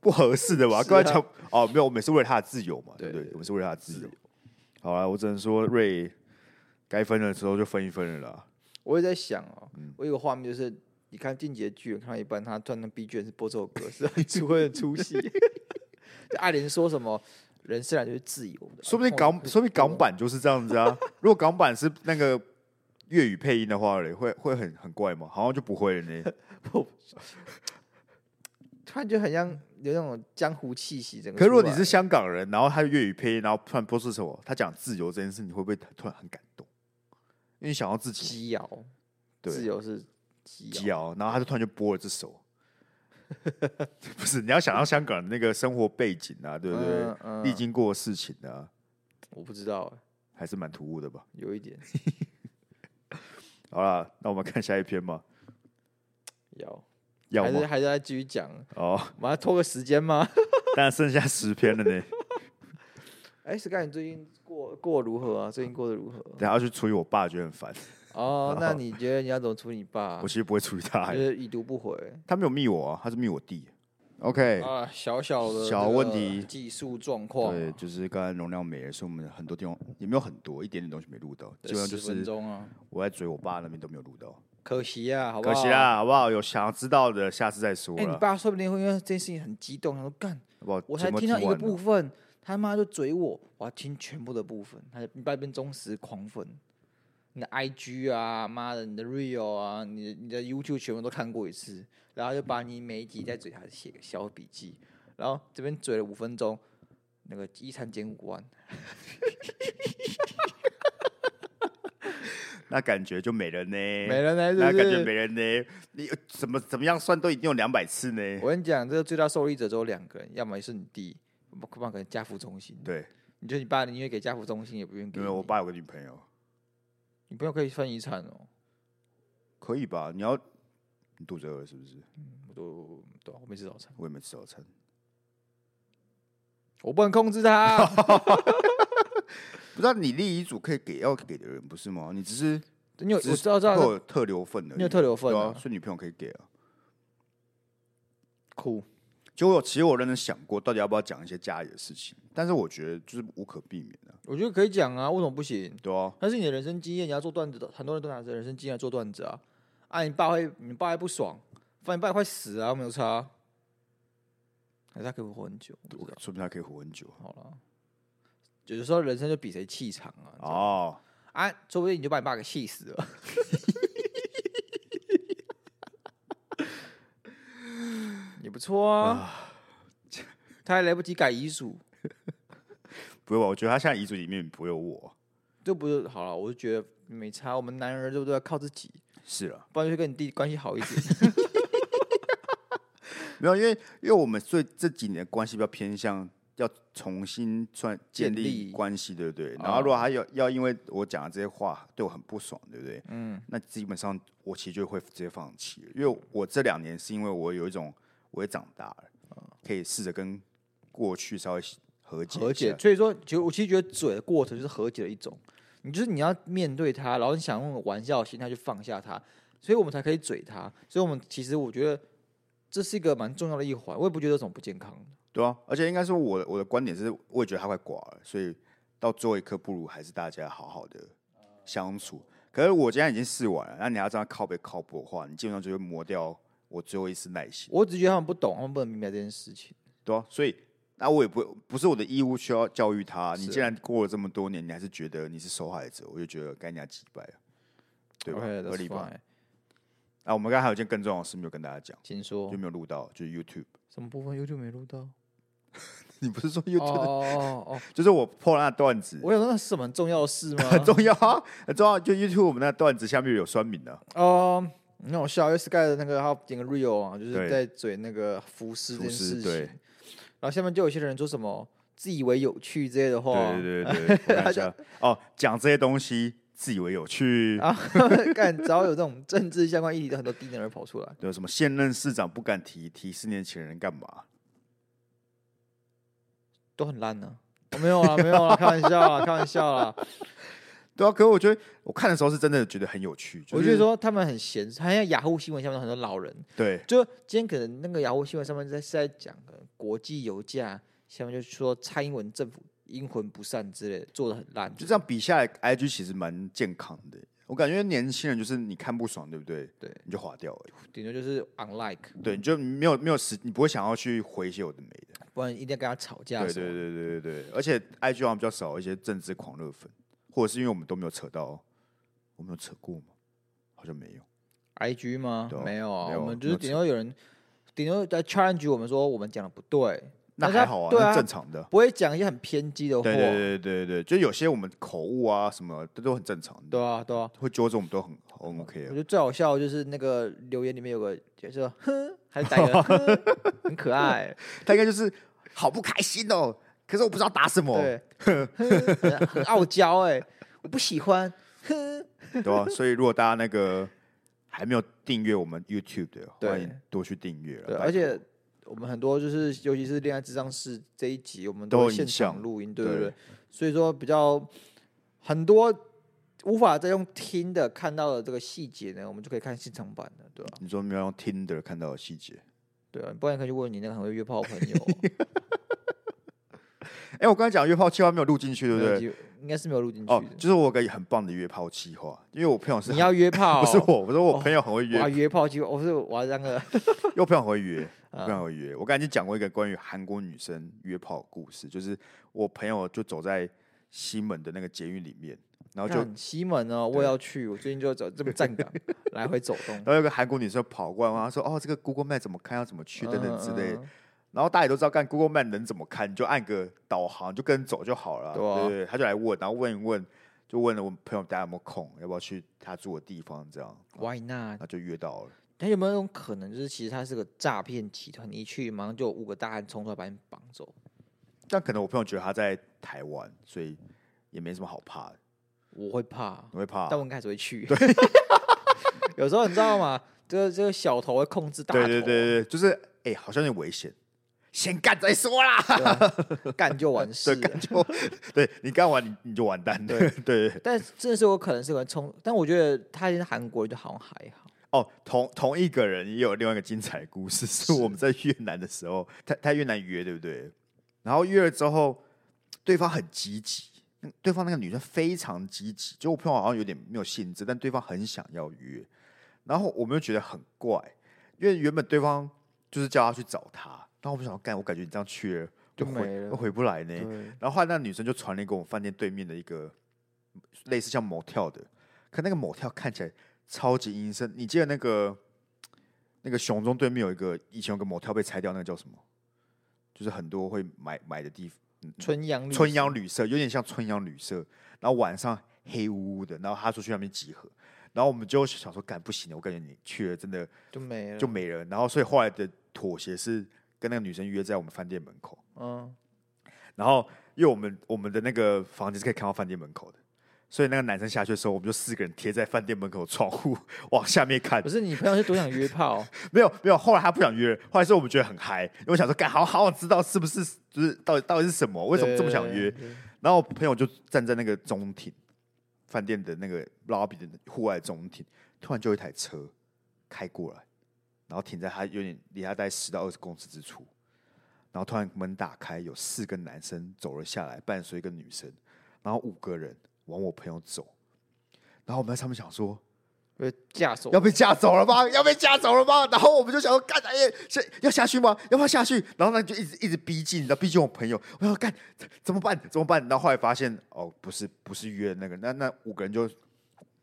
Speaker 2: 不合适的吧？
Speaker 1: 是啊
Speaker 2: 刚才讲哦，没有，我们是为了他的自由嘛，对
Speaker 1: 对
Speaker 2: 不对？
Speaker 1: 对
Speaker 2: 我们是为了他的自由。好了，我只能说瑞该分的时候就分一分了啦。
Speaker 1: 我也在想哦，
Speaker 2: 嗯
Speaker 1: 我有个画面就是，你看《进击的巨人》看到一半，他突然那 B 卷是播这首歌，是很 出很出戏。就爱莲说什么，人生来就是自由的，
Speaker 2: 说不定港，哦说不定港版就是这样子啊。如果港版是那个粤语配音的话嘞，会会很很怪吗？好像就不会了呢。
Speaker 1: 突然就很像有那种江湖气息。整个
Speaker 2: 可是如果
Speaker 1: 出
Speaker 2: 你
Speaker 1: 来
Speaker 2: 是香港人，然后他粤语配音，然后突然播出什么，他讲自由这件事，你会不会突然很感动？因为想要自己
Speaker 1: 鸡摇，自
Speaker 2: 对
Speaker 1: 由是鸡摇，
Speaker 2: 摇，然后他就突然就播了这首。 不是，你要想到香港的那个生活背景啊，对不对？
Speaker 1: 嗯嗯
Speaker 2: 历、经过的事情啊，
Speaker 1: 我不知道欸，
Speaker 2: 还是蛮突兀的吧。
Speaker 1: 有一点
Speaker 2: 好啦，那我们看下一篇吗？
Speaker 1: 摇，
Speaker 2: 要
Speaker 1: 还是
Speaker 2: 吗？
Speaker 1: 还是在继续讲，
Speaker 2: 哦，
Speaker 1: 我们要拖个时间吗？
Speaker 2: 但剩下十篇了呢，
Speaker 1: 哎，Sky，你最近过过得如何啊？最近过得如何？
Speaker 2: 等下要去处理我爸，觉得很烦。
Speaker 1: 哦，那你觉得你要怎么处理你爸
Speaker 2: 我？其实不会处理他、
Speaker 1: 就
Speaker 2: 欸，
Speaker 1: 是已读不回
Speaker 2: 他没有密我啊，他是密我弟。OK，、
Speaker 1: 啊，小小的
Speaker 2: 哎小
Speaker 1: 这个
Speaker 2: 问题
Speaker 1: 技术状况
Speaker 2: 对，
Speaker 1: 啊，
Speaker 2: 就是刚才容量没了，所以我们很多地方也没有很多，一点点东西没录到，基本上就
Speaker 1: 10分
Speaker 2: 是
Speaker 1: 钟啊，
Speaker 2: 我在追我爸那边都没有录到，
Speaker 1: 可惜啊，好不
Speaker 2: 可
Speaker 1: 好？
Speaker 2: 惜啦，好不好？有想要知道的，下次再说
Speaker 1: 哎、你
Speaker 2: 了，
Speaker 1: 爸说不定会因为这件事情很激动，他说干，
Speaker 2: 好不好？
Speaker 1: 我才
Speaker 2: 节目
Speaker 1: 听到一个
Speaker 2: 完了
Speaker 1: 部分，他妈就嘴我，我要听全部的部分。他就你爸变忠实狂粉，你的 IG 啊，妈的，你的 Real 啊，你的你的 YouTube 全部都看过一次，然后就把你每一集在嘴下写个小笔记，然后这边嘴了五分钟，那个一餐减五万，
Speaker 2: 那感觉就没了呢，
Speaker 1: 没了呢，
Speaker 2: 哎那
Speaker 1: 是不
Speaker 2: 感觉
Speaker 1: 是？
Speaker 2: 没了呢。你怎么怎么样算都一定有两百次呢？
Speaker 1: 我跟你讲，这个最大受益者只有两个人，要么是你弟，要么可能家福中心。
Speaker 2: 对，
Speaker 1: 你觉得你爸宁愿给家福中心，也不愿意给
Speaker 2: 因为
Speaker 1: 你，
Speaker 2: 我爸有个女朋友，
Speaker 1: 你朋友可以分遗产哦。
Speaker 2: 可以吧？你要你肚子饿了是不是？
Speaker 1: 我都对啊、我没吃早餐，
Speaker 2: 我也没吃早餐，
Speaker 1: 我不能控制他。啊
Speaker 2: 不知道你立遗嘱可以给要给的人不是吗？你只是
Speaker 1: 你有我
Speaker 2: 只
Speaker 1: 知道知
Speaker 2: 会
Speaker 1: 道
Speaker 2: 有特留份的，
Speaker 1: 你有特留份
Speaker 2: 对
Speaker 1: 啊
Speaker 2: 啊，所以女朋友可以给啊。
Speaker 1: 哭，
Speaker 2: 结果其实我认真想过，到底要不要讲一些家里的事情，但是我觉得就是无可避免的、啊，
Speaker 1: 我觉得可以讲啊，为什么不行？
Speaker 2: 对啊，
Speaker 1: 那是你的人生经验，你要做段子的，很多人都拿着人生经验来做段子啊。啊，你爸会，你爸会不爽，反正你爸也快死啊，没有差啊。还是他可以活很久，我不知道。
Speaker 2: 说不定他可以活很久
Speaker 1: 好了，有时候人生就比谁气场啊。
Speaker 2: 哦。
Speaker 1: 啊，说不定你就把你爸给气死了。 也不错啊，他还来不及改遗嘱，
Speaker 2: 不会吧？我觉得他现在遗嘱里面不会有我。
Speaker 1: 这不是好了？我就觉得没差，我们男人对不对？靠自己，
Speaker 2: 是啊，
Speaker 1: 不然就跟你弟关系好一点。
Speaker 2: 没有，因为因为我们所以这几年的关系比较偏向要重新算建
Speaker 1: 建立
Speaker 2: 立关系，对不对？
Speaker 1: 哦
Speaker 2: 然后如果他要要因为我讲的这些话对我很不爽，对不对？嗯，那基本上我其实就会直接放弃了，因为我这两年是因为我有一种我也长大了，
Speaker 1: 哦
Speaker 2: 可以试着跟过去稍微和解一下
Speaker 1: 和解，所以说，其实我其实觉得嘴的过程就是和解的一种。你就是你要面对他，然后你想用玩笑的心态去放下他，所以我们才可以嘴他。所以我们其实我觉得这是一个蛮重要的一环，我也不觉得有什么不健康的。
Speaker 2: 对啊，而且应该说我的我的观点是，我也觉得他快挂了，所以到最后一刻，不如还是大家好好的相处。可是我今天已经试完了，那你要这样靠背靠谱的话，你基本上就会磨掉我最后一丝耐心，
Speaker 1: 我只觉得他们不懂，他们不能明白这件事情。
Speaker 2: 对啊，所以那我也不不是我的义务需要教育他。
Speaker 1: 是
Speaker 2: 你既然过了这么多年，你还是觉得你是受害者，我就觉得该你家几百了，对吧
Speaker 1: OK，that's
Speaker 2: 合理吧？
Speaker 1: fine？
Speaker 2: 啊，我们刚才还有一件更重要的事没有跟大家讲，
Speaker 1: 请说
Speaker 2: 就，没有录到，就是 YouTube。
Speaker 1: 什么部分 YouTube 没录到？
Speaker 2: 你不是说
Speaker 1: 哦
Speaker 2: YouTube？、
Speaker 1: 哦哦哦，
Speaker 2: 就是我破了那段子，
Speaker 1: 我想说那是什么很重要的事吗？
Speaker 2: 很重要啊，很重要。就 YouTube 我们那段子下面有酸民的、啊
Speaker 1: 哦，那我笑，因为 Sky 的那个他点个 Real 啊，就是
Speaker 2: 对
Speaker 1: 在嘴那个服饰这
Speaker 2: 厨
Speaker 1: 件
Speaker 2: 师，
Speaker 1: 事
Speaker 2: 对
Speaker 1: 情。然后下面就有些人说什么自以为有趣这些的话，
Speaker 2: 对对对对，我看 一下哦，讲这些东西自以为有趣，
Speaker 1: 啊，干只要有这种政治相关议题的很多低能儿跑出来，
Speaker 2: 有什么现任市长不敢提，提四年前人干嘛？
Speaker 1: 都很烂呢、我没有啊，没有啊，开玩笑啊，开玩笑 啊。
Speaker 2: 对啊，可是我觉得我看的时候是真的觉得很有趣，
Speaker 1: 我
Speaker 2: 觉
Speaker 1: 觉得
Speaker 2: 得
Speaker 1: 说他们很闲，好像雅虎新闻下面有很多老人，
Speaker 2: 对
Speaker 1: 就今天可能那个雅虎新闻上面在是在讲呃国际油价，下面就说蔡英文政府阴魂不散之类的，做的很烂，
Speaker 2: 就这样比下来，IG 其实蛮健康的。我感觉年轻人就是你看不爽，对不对？
Speaker 1: 对，
Speaker 2: 你就划掉而已。
Speaker 1: 顶多就是 unlike，
Speaker 2: 对，你就没有没有时，你不会想要去回一些有的没的。
Speaker 1: 不然一定要跟他吵架
Speaker 2: 对
Speaker 1: 什么。
Speaker 2: 对对对对对，而且 IG 好像比较少一些政治狂热粉，或者是因为我们都没有扯到，我们有扯过吗？好像没有。
Speaker 1: IG 吗
Speaker 2: 对啊？
Speaker 1: 没有啊，
Speaker 2: 没有啊
Speaker 1: 我们就是
Speaker 2: 没有
Speaker 1: 顶多有人顶多在 challenge 我们说我们讲的不对，
Speaker 2: 那
Speaker 1: 但是它
Speaker 2: 还好啊，
Speaker 1: 对啊
Speaker 2: 那正常的。
Speaker 1: 不会讲一些很偏激的话，
Speaker 2: 对对对对对，就有些我们口误啊什么，这都很正常的，
Speaker 1: 对啊对啊。
Speaker 2: 会纠正我们都很很
Speaker 1: 我
Speaker 2: OK
Speaker 1: 觉
Speaker 2: 的。
Speaker 1: 得最好笑的就是那个留言里面有个就是说哼，还是打一 个哼，很可爱，
Speaker 2: 他应该就是好不开心哦，可是我不知道打什么，
Speaker 1: 对，哼很很傲娇哎、我不喜欢，哼，
Speaker 2: 对吧、 所以如果大家那个还没有订阅我们 YouTube 的，
Speaker 1: 对
Speaker 2: 欢迎多去订阅啦。
Speaker 1: 对，
Speaker 2: 拜托
Speaker 1: 而且我们很多就是，尤其是恋爱智商室这一集，我们
Speaker 2: 都
Speaker 1: 都
Speaker 2: 有
Speaker 1: 会
Speaker 2: 影
Speaker 1: 现场
Speaker 2: 像
Speaker 1: 录音，对不
Speaker 2: 对
Speaker 1: 对？所以说比较很多无法再用听的看到的这个细节呢，我们就可以看现场版的，对吧、
Speaker 2: 你说没有用 Tinder 看到的细节，
Speaker 1: 对啊，不然可以去问你那个很会约炮的朋友，
Speaker 2: 哎、我刚才讲约炮计划没有录进 去，对
Speaker 1: 没
Speaker 2: 不
Speaker 1: 有
Speaker 2: 对？
Speaker 1: 机会应该是没有录进去
Speaker 2: 哦，
Speaker 1: 的。
Speaker 2: 就是我有个很棒的约炮计划，因为我朋友是
Speaker 1: 你
Speaker 2: 很
Speaker 1: 要约哦炮，
Speaker 2: 不是我，我说我朋友很
Speaker 1: 我
Speaker 2: 会约
Speaker 1: 要，约炮机会，我是我要当个
Speaker 2: 因为我朋友很会约，我
Speaker 1: 啊
Speaker 2: 朋友会约。我刚才已经讲过一个关于韩国女生约炮的故事，就是我朋友就走在西门的那个捷运里面，然后 就
Speaker 1: 干西门哦，我也要去，我最近就要走这么 站岗，来回走动
Speaker 2: 然，后有个韩国女生跑过来，问她说：“哦，这个 Google Map 怎么看？要怎么去？等等
Speaker 1: 嗯
Speaker 2: 之类。”
Speaker 1: 嗯
Speaker 2: 然后大家也都知道，干 Google Map 能怎么看？你就按个导航，就跟着走就好了。
Speaker 1: 对啊
Speaker 2: 对对，他就来问，然后问一问，就问了我朋友大家有没有空，要不要去他住的地方，这样，
Speaker 1: Why not？
Speaker 2: 那就约到了。
Speaker 1: 他有没有一种可能，就是其实他是个诈骗集团？你一去，马上就有五个大汉冲出来把你绑走。
Speaker 2: 但可能我朋友觉得他在台湾，所以也没什么好怕的。
Speaker 1: 我会怕，
Speaker 2: 你会怕？
Speaker 1: 但我应该还是会去。 有时候你知道吗？这个这个小头会控制大头，啊
Speaker 2: 对对对对，就是哎、好像有点危险，先干再说啦。
Speaker 1: 对干就完事
Speaker 2: 对，
Speaker 1: 了。
Speaker 2: 干 就对你干完你你就完蛋。对 对对
Speaker 1: 但真的是有可能是个冲，但我觉得他是韩国人，就好像还好。
Speaker 2: 哦，同同一个人也有另外一个精彩的故事， 是我们在越南的时候，他他越南约对不对？然后约了之后，对方很积极，那对方那个女生非常积极，就我朋友好像有点没有兴致，但对方很想要约，然后我们又觉得很怪，因为原本对方就是叫他去找他，然后我们想说干，我感觉你这样去了就
Speaker 1: 就
Speaker 2: 回
Speaker 1: 没了
Speaker 2: 就回不来呢。
Speaker 1: 对，
Speaker 2: 然后后来那女生就传了一个我们饭店对面的一个类似像某跳的，可那个某跳看起来超级阴森。你记得那个那个熊中对面有一个以前有个某跳被拆掉，那个叫什么？就是很多会买买的地方，
Speaker 1: 春阳
Speaker 2: 春
Speaker 1: 旅
Speaker 2: 阳旅社有点像春阳旅社。然后晚上黑乌乌的，然后他说去那边集合，然后我们就想说，干不行了，我感觉你去了真的
Speaker 1: 就没了，
Speaker 2: 就没了。然后所以后来的妥协是跟那个女生约在我们饭店门口。
Speaker 1: 嗯，
Speaker 2: 然后因为我们我们的那个房间是可以看到饭店门口的，所以那个男生下去的时候，我们就四个人贴在饭店门口的窗户往下面看
Speaker 1: 不。是你朋友是多想约 炮，
Speaker 2: 没有没有，后来他不想约了，后来是我们觉得很嗨，因为我想说，干好好想知道是不是就是到底到底是什么，为什么这么想约
Speaker 1: 对？？对对
Speaker 2: 然后我朋友就站在那个中庭饭店的那个 lobby 的户外中庭，突然就有一台车开过来，然后停在他有点离他大概十到二十公尺之处，然后突然门打开，有四个男生走了下来，伴随一个女生，然后五个人往我朋友走，然后我们在上面想说。
Speaker 1: 对被架手
Speaker 2: 要被架走了吗？要被架走了吗？然后我们就想说，干，哎、下要下去吗？要不要下去？然后呢，就一直一直逼近，你知道，逼近我朋友。我要干，怎么办？怎么办？然后后来发现，哦，不是，不是约那个，那那五个人就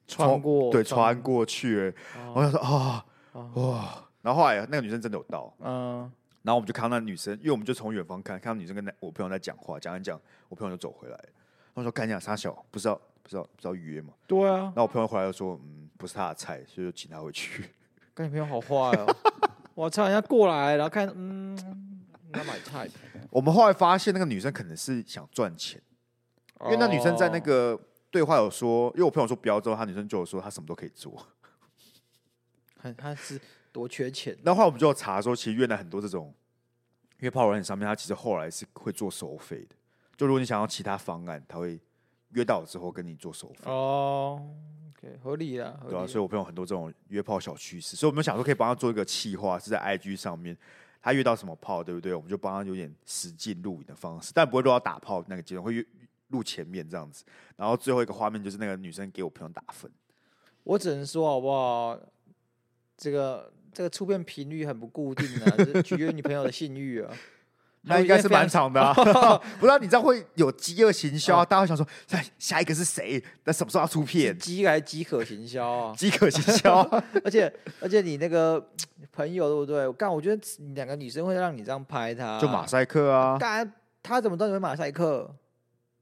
Speaker 1: 穿过，
Speaker 2: 对，穿过去了。我想说，啊、
Speaker 1: 哦
Speaker 2: 哇！然后后来那个女生真的有到，
Speaker 1: 嗯，
Speaker 2: 然后我们就看到那女生，因为我们就从远方看，看到女生跟那我朋友在讲话，讲一讲，我朋友就走回来了。他说：“干你俩傻小，不知道不知道不知道约嘛
Speaker 1: 对啊？”
Speaker 2: 然，后我朋友回来就说：“嗯，不是他的菜，所以就请他回去。”
Speaker 1: 跟你朋友好坏哦！ 我操，人家过来，然后看，嗯，要买菜，
Speaker 2: 我们后来发现那个女生可能是想赚钱，因为那女生在那
Speaker 1: 哦，
Speaker 2: 个对话有说，因为我朋友说不要之后，她女生就有说她什么都可以做。
Speaker 1: 哦很她是多缺钱，
Speaker 2: 然后后来我们就有查说，其实越南很多这种约炮软件上面，它其实后来是会做收费的。就如果你想要其他方案，他会约到之后跟你做收费，
Speaker 1: 哦，OK，合理啦，合
Speaker 2: 对啊，
Speaker 1: 理哦
Speaker 2: 所以我朋友很多这种约炮小趋势，所以我们想说可以帮他做一个企划，是在 IG 上面。他约到什么炮，对不对？我们就帮他有点实境录影的方式，但不会录到打炮那个阶段，会录前面这样子。然后最后一个画面就是那个女生给我朋友打分，
Speaker 1: 我只能说好不好？ 这个这个出片频率很不固定啊，这取决于你朋友的信誉啊。
Speaker 2: 那应该是满场的、啊， 不然你这样会有饥饿行
Speaker 1: 哦
Speaker 2: 销、啊，大家会想说，哎，下一个是谁？那什么时候要出片？，
Speaker 1: 饥还饥渴行销啊
Speaker 2: 饥渴行 销，
Speaker 1: 而且而且你那个朋友对不对？我干，我觉得你两个女生会让你这样拍他，
Speaker 2: 就马赛克啊！
Speaker 1: 干，他怎么知道你会马赛克？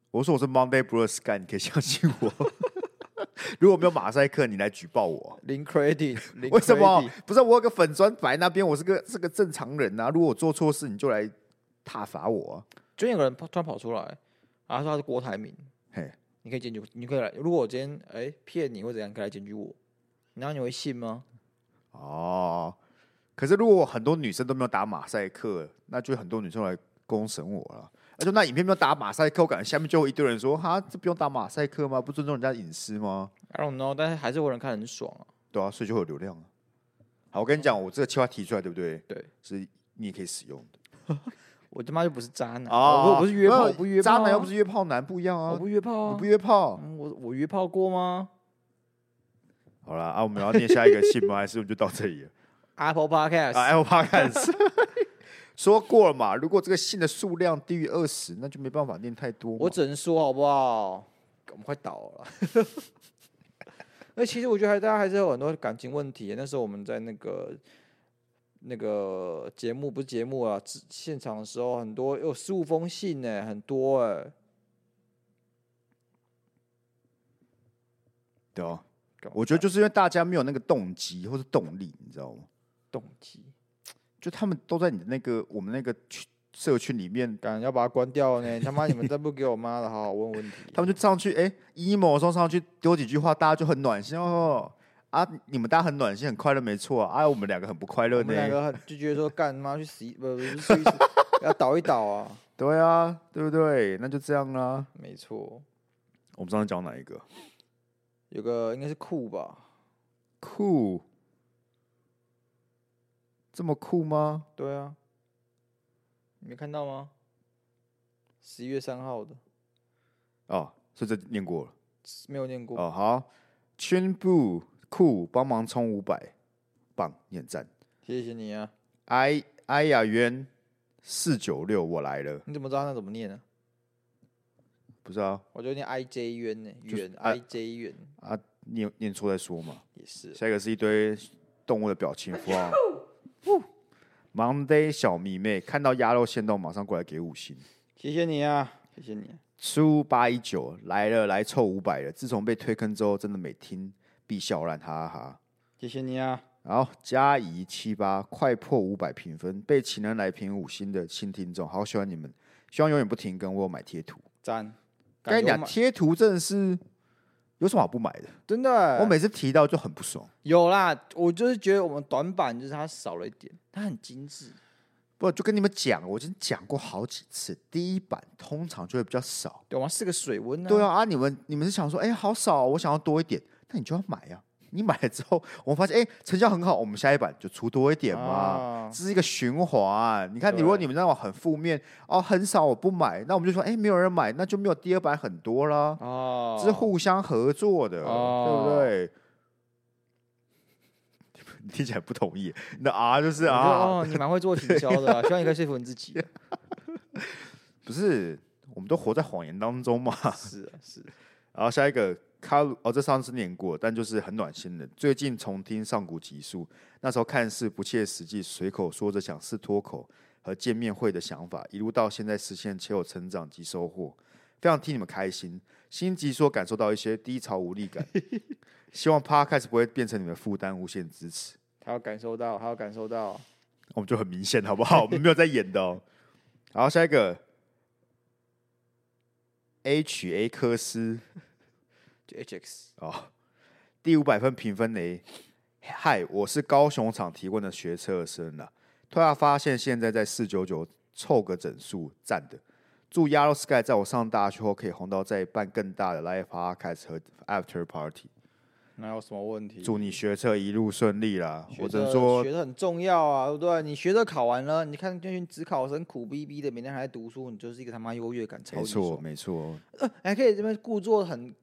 Speaker 2: 我说我是 Monday Blues，干，你可以相信我。 如果没有马赛克，你来举报我。
Speaker 1: 零 credit，零
Speaker 2: 为什么
Speaker 1: credit？？
Speaker 2: 不是我有个粉砖摆那边，我是个是个正常人啊。如果我做错事，你就来挞伐我、啊。
Speaker 1: 最近有个人跑突然跑出来，啊，他说他是郭台铭，
Speaker 2: 嘿，
Speaker 1: 你可以检举，你可以来。如果我今天哎骗你或怎样，可以来检举我，然后你会信吗？
Speaker 2: 哦，可是如果很多女生都没有打马赛克，那就很多女生来公审我了。而且那影片没有打马赛克，我感觉下面就会一堆人说：“哈，这不用打马赛克吗？不尊重人家隐私吗
Speaker 1: I don't know，但是还是会有人看得很爽啊。？”
Speaker 2: 对啊，所以就会有流量啊。好，我跟你讲，我这个计划提出来，对不对？
Speaker 1: 对，
Speaker 2: 是你也可以使用的。
Speaker 1: 我他妈又不是渣男，哦我我不是约炮，
Speaker 2: 哦没有
Speaker 1: 我不约炮、啊
Speaker 2: 渣男又不是，约炮男，不一样啊。
Speaker 1: 我不约炮啊，
Speaker 2: 你不约炮。
Speaker 1: 嗯我我约炮过吗
Speaker 2: 好了啊，我们要念下一个信吗？还是我们就到这里了？
Speaker 1: ？Apple Podcast，、
Speaker 2: 啊，Apple Podcast 说过了嘛，如果这个信的数量低于二十，那就没办法念太多嘛。
Speaker 1: 我只能说好不好？我们快倒了。那其实我觉得还大家还是有很多感情问题。那时候我们在那个那个节目不是节目啊，只现场的时候很多有十五封信呢、很多哎、
Speaker 2: 对哦
Speaker 1: 干嘛，
Speaker 2: 我觉得就是因为大家没有那个动机或是动力，你知道吗？
Speaker 1: 动机，
Speaker 2: 就他们都在你的那个我们那个群社群里面，
Speaker 1: 敢要把它关掉呢、他妈你们再不给我妈的好好问问题。
Speaker 2: 他们就上去哎、emo 的时候上去丢几句话，大家就很暖心哦。啊，你们大家很暖心，很快乐，没错啊。啊我们两个很不快乐
Speaker 1: 我们两
Speaker 2: 呢，
Speaker 1: 个很就觉得说干妈去死一，不不是去死，要倒一倒啊！
Speaker 2: 对啊，对不对？那就这样啦。
Speaker 1: 没错，
Speaker 2: 我们上次讲哪一个？
Speaker 1: 有个应该是酷吧？
Speaker 2: 酷，这么酷吗？
Speaker 1: 对啊，你没看到吗？十一月三号的
Speaker 2: 哦，所以这念过了。
Speaker 1: 没有念过，
Speaker 2: 哦，好，宣布酷帮忙充五百，棒，你很赞。
Speaker 1: 谢谢你啊！
Speaker 2: 哎哎呀，元四九六，我来了，
Speaker 1: 你怎么知道他那怎么念呢、
Speaker 2: 不是啊
Speaker 1: 我觉得念 I J 冤呢、
Speaker 2: 就是
Speaker 1: 冤
Speaker 2: 啊
Speaker 1: I J 冤
Speaker 2: 啊，念念错再说嘛。
Speaker 1: 也是
Speaker 2: 下一个是一堆动物的表情符号。Monday 小迷妹看到鸭肉鲜冻，马上过来给五星。
Speaker 1: 谢谢你啊，谢谢你啊、
Speaker 2: 出八一九来了，来凑五百了。自从被推坑之后，真的每听必笑烂，哈哈哈。
Speaker 1: 谢谢你啊！
Speaker 2: 然后嘉怡七八快破五百评分，被情人来评五星的新听众，好喜欢你们，希望永远不停更。我有买贴图，
Speaker 1: 赞，
Speaker 2: 跟
Speaker 1: 感
Speaker 2: 你
Speaker 1: 觉我
Speaker 2: 讲，
Speaker 1: 买
Speaker 2: 贴图真的是有什么好不买的？欸
Speaker 1: 真的，
Speaker 2: 我每次提到就很不爽。
Speaker 1: 有啦，我就是觉得我们短板就是它少了一点，它很精致，
Speaker 2: 不，就跟你们讲，我已经讲过好几次，第一版通常就会比较少。
Speaker 1: 对吗？是个水温呢、
Speaker 2: 对啊，啊，你们你们是想说，哎、好少哦、我想要多一点，那你就要买啊。你买了之后，我发现，哎、成效很好，我们下一版就出多一点嘛。
Speaker 1: 啊
Speaker 2: 这是一个循环。你看，你如果
Speaker 1: 对
Speaker 2: 你们那种很负面哦，很少我不买，那我们就说，哎、没有人买，那就没有第二版很多啦。
Speaker 1: 哦
Speaker 2: 这是互相合作的，
Speaker 1: 哦
Speaker 2: 对不对？你 听起来不同意，你的啊就是
Speaker 1: 我觉得
Speaker 2: 啊，
Speaker 1: 哦，你蛮会做行销 的啊、希望你可以说服你自己。啊
Speaker 2: 不是，我们都活在谎言当中嘛。
Speaker 1: 是啊，是啊
Speaker 2: 然后下一个卡鲁，哦，这上次念过，但就是很暖心的。最近重听上古集数，那时候看似不切实际，随口说着想是脱口和见面会的想法，一路到现在实现，且有成长及收获，非常替你们开心。新集说感受到一些低潮无力感，希望 Podcast 不会变成你们的负担，无限支持。
Speaker 1: 他要感受到，他要感受到。
Speaker 2: 我们就很明显，好不好？我们没有在演的哦。好，下一个 H A 科斯
Speaker 1: 就 HX
Speaker 2: 哦，第五百分评分雷。嗨，我是高雄场提问的学车生啦。突然发现现在在四九九凑个整数，赞的。祝 Yellow Sky 在我上大学后可以红到再办更大的 Live Podcast 和 After Party。
Speaker 1: 哪有什么问题？
Speaker 2: 祝你学车一路顺利啦！
Speaker 1: 学
Speaker 2: 我只能
Speaker 1: 得
Speaker 2: 说
Speaker 1: 学，的很重要啊，对不对？你学的考完了，你看那群只考生苦逼逼的，每天还在读书，你就是一个他妈优越感超
Speaker 2: 没
Speaker 1: 级
Speaker 2: 错，
Speaker 1: 爽，
Speaker 2: 没错，
Speaker 1: 还可以这边故作很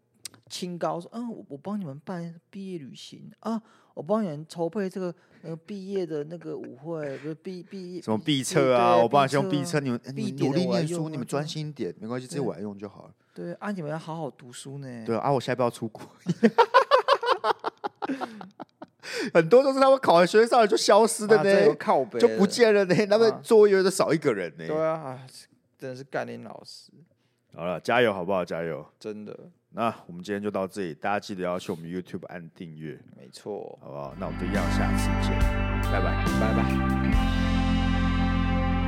Speaker 1: 清高说，嗯，我我帮你们办毕业旅行啊，我帮你们筹备这个呃毕业的那个舞会，不是毕毕业
Speaker 2: 什么
Speaker 1: 毕
Speaker 2: 必
Speaker 1: 业
Speaker 2: 测啊，
Speaker 1: 对
Speaker 2: 我帮你先用
Speaker 1: 毕
Speaker 2: 必测，你们哎
Speaker 1: 必
Speaker 2: 你们
Speaker 1: 点
Speaker 2: 努
Speaker 1: 的
Speaker 2: 力
Speaker 1: 我来
Speaker 2: 念书，
Speaker 1: 用
Speaker 2: 你
Speaker 1: 啊
Speaker 2: 们
Speaker 1: 对
Speaker 2: 专心一点，没关系，这些
Speaker 1: 对
Speaker 2: 我来用就好了。
Speaker 1: 对啊，你们要好好读书呢。
Speaker 2: 对啊，我下一步要出国， 很多都是他们考完学上来就消失的
Speaker 1: 啊这有
Speaker 2: 呢，
Speaker 1: 靠北
Speaker 2: 就
Speaker 1: 了
Speaker 2: 不见了呢，他
Speaker 1: 啊
Speaker 2: 们作业都少一个人呢。
Speaker 1: 对啊，啊，真的是干练老师，
Speaker 2: 好了，加油好不好？加油！
Speaker 1: 真的
Speaker 2: 那我们今天就到这里，大家记得要去我们 YouTube 按订阅，
Speaker 1: 没错。
Speaker 2: 好不好？那我们就一样，下次见，拜拜。
Speaker 1: 拜拜。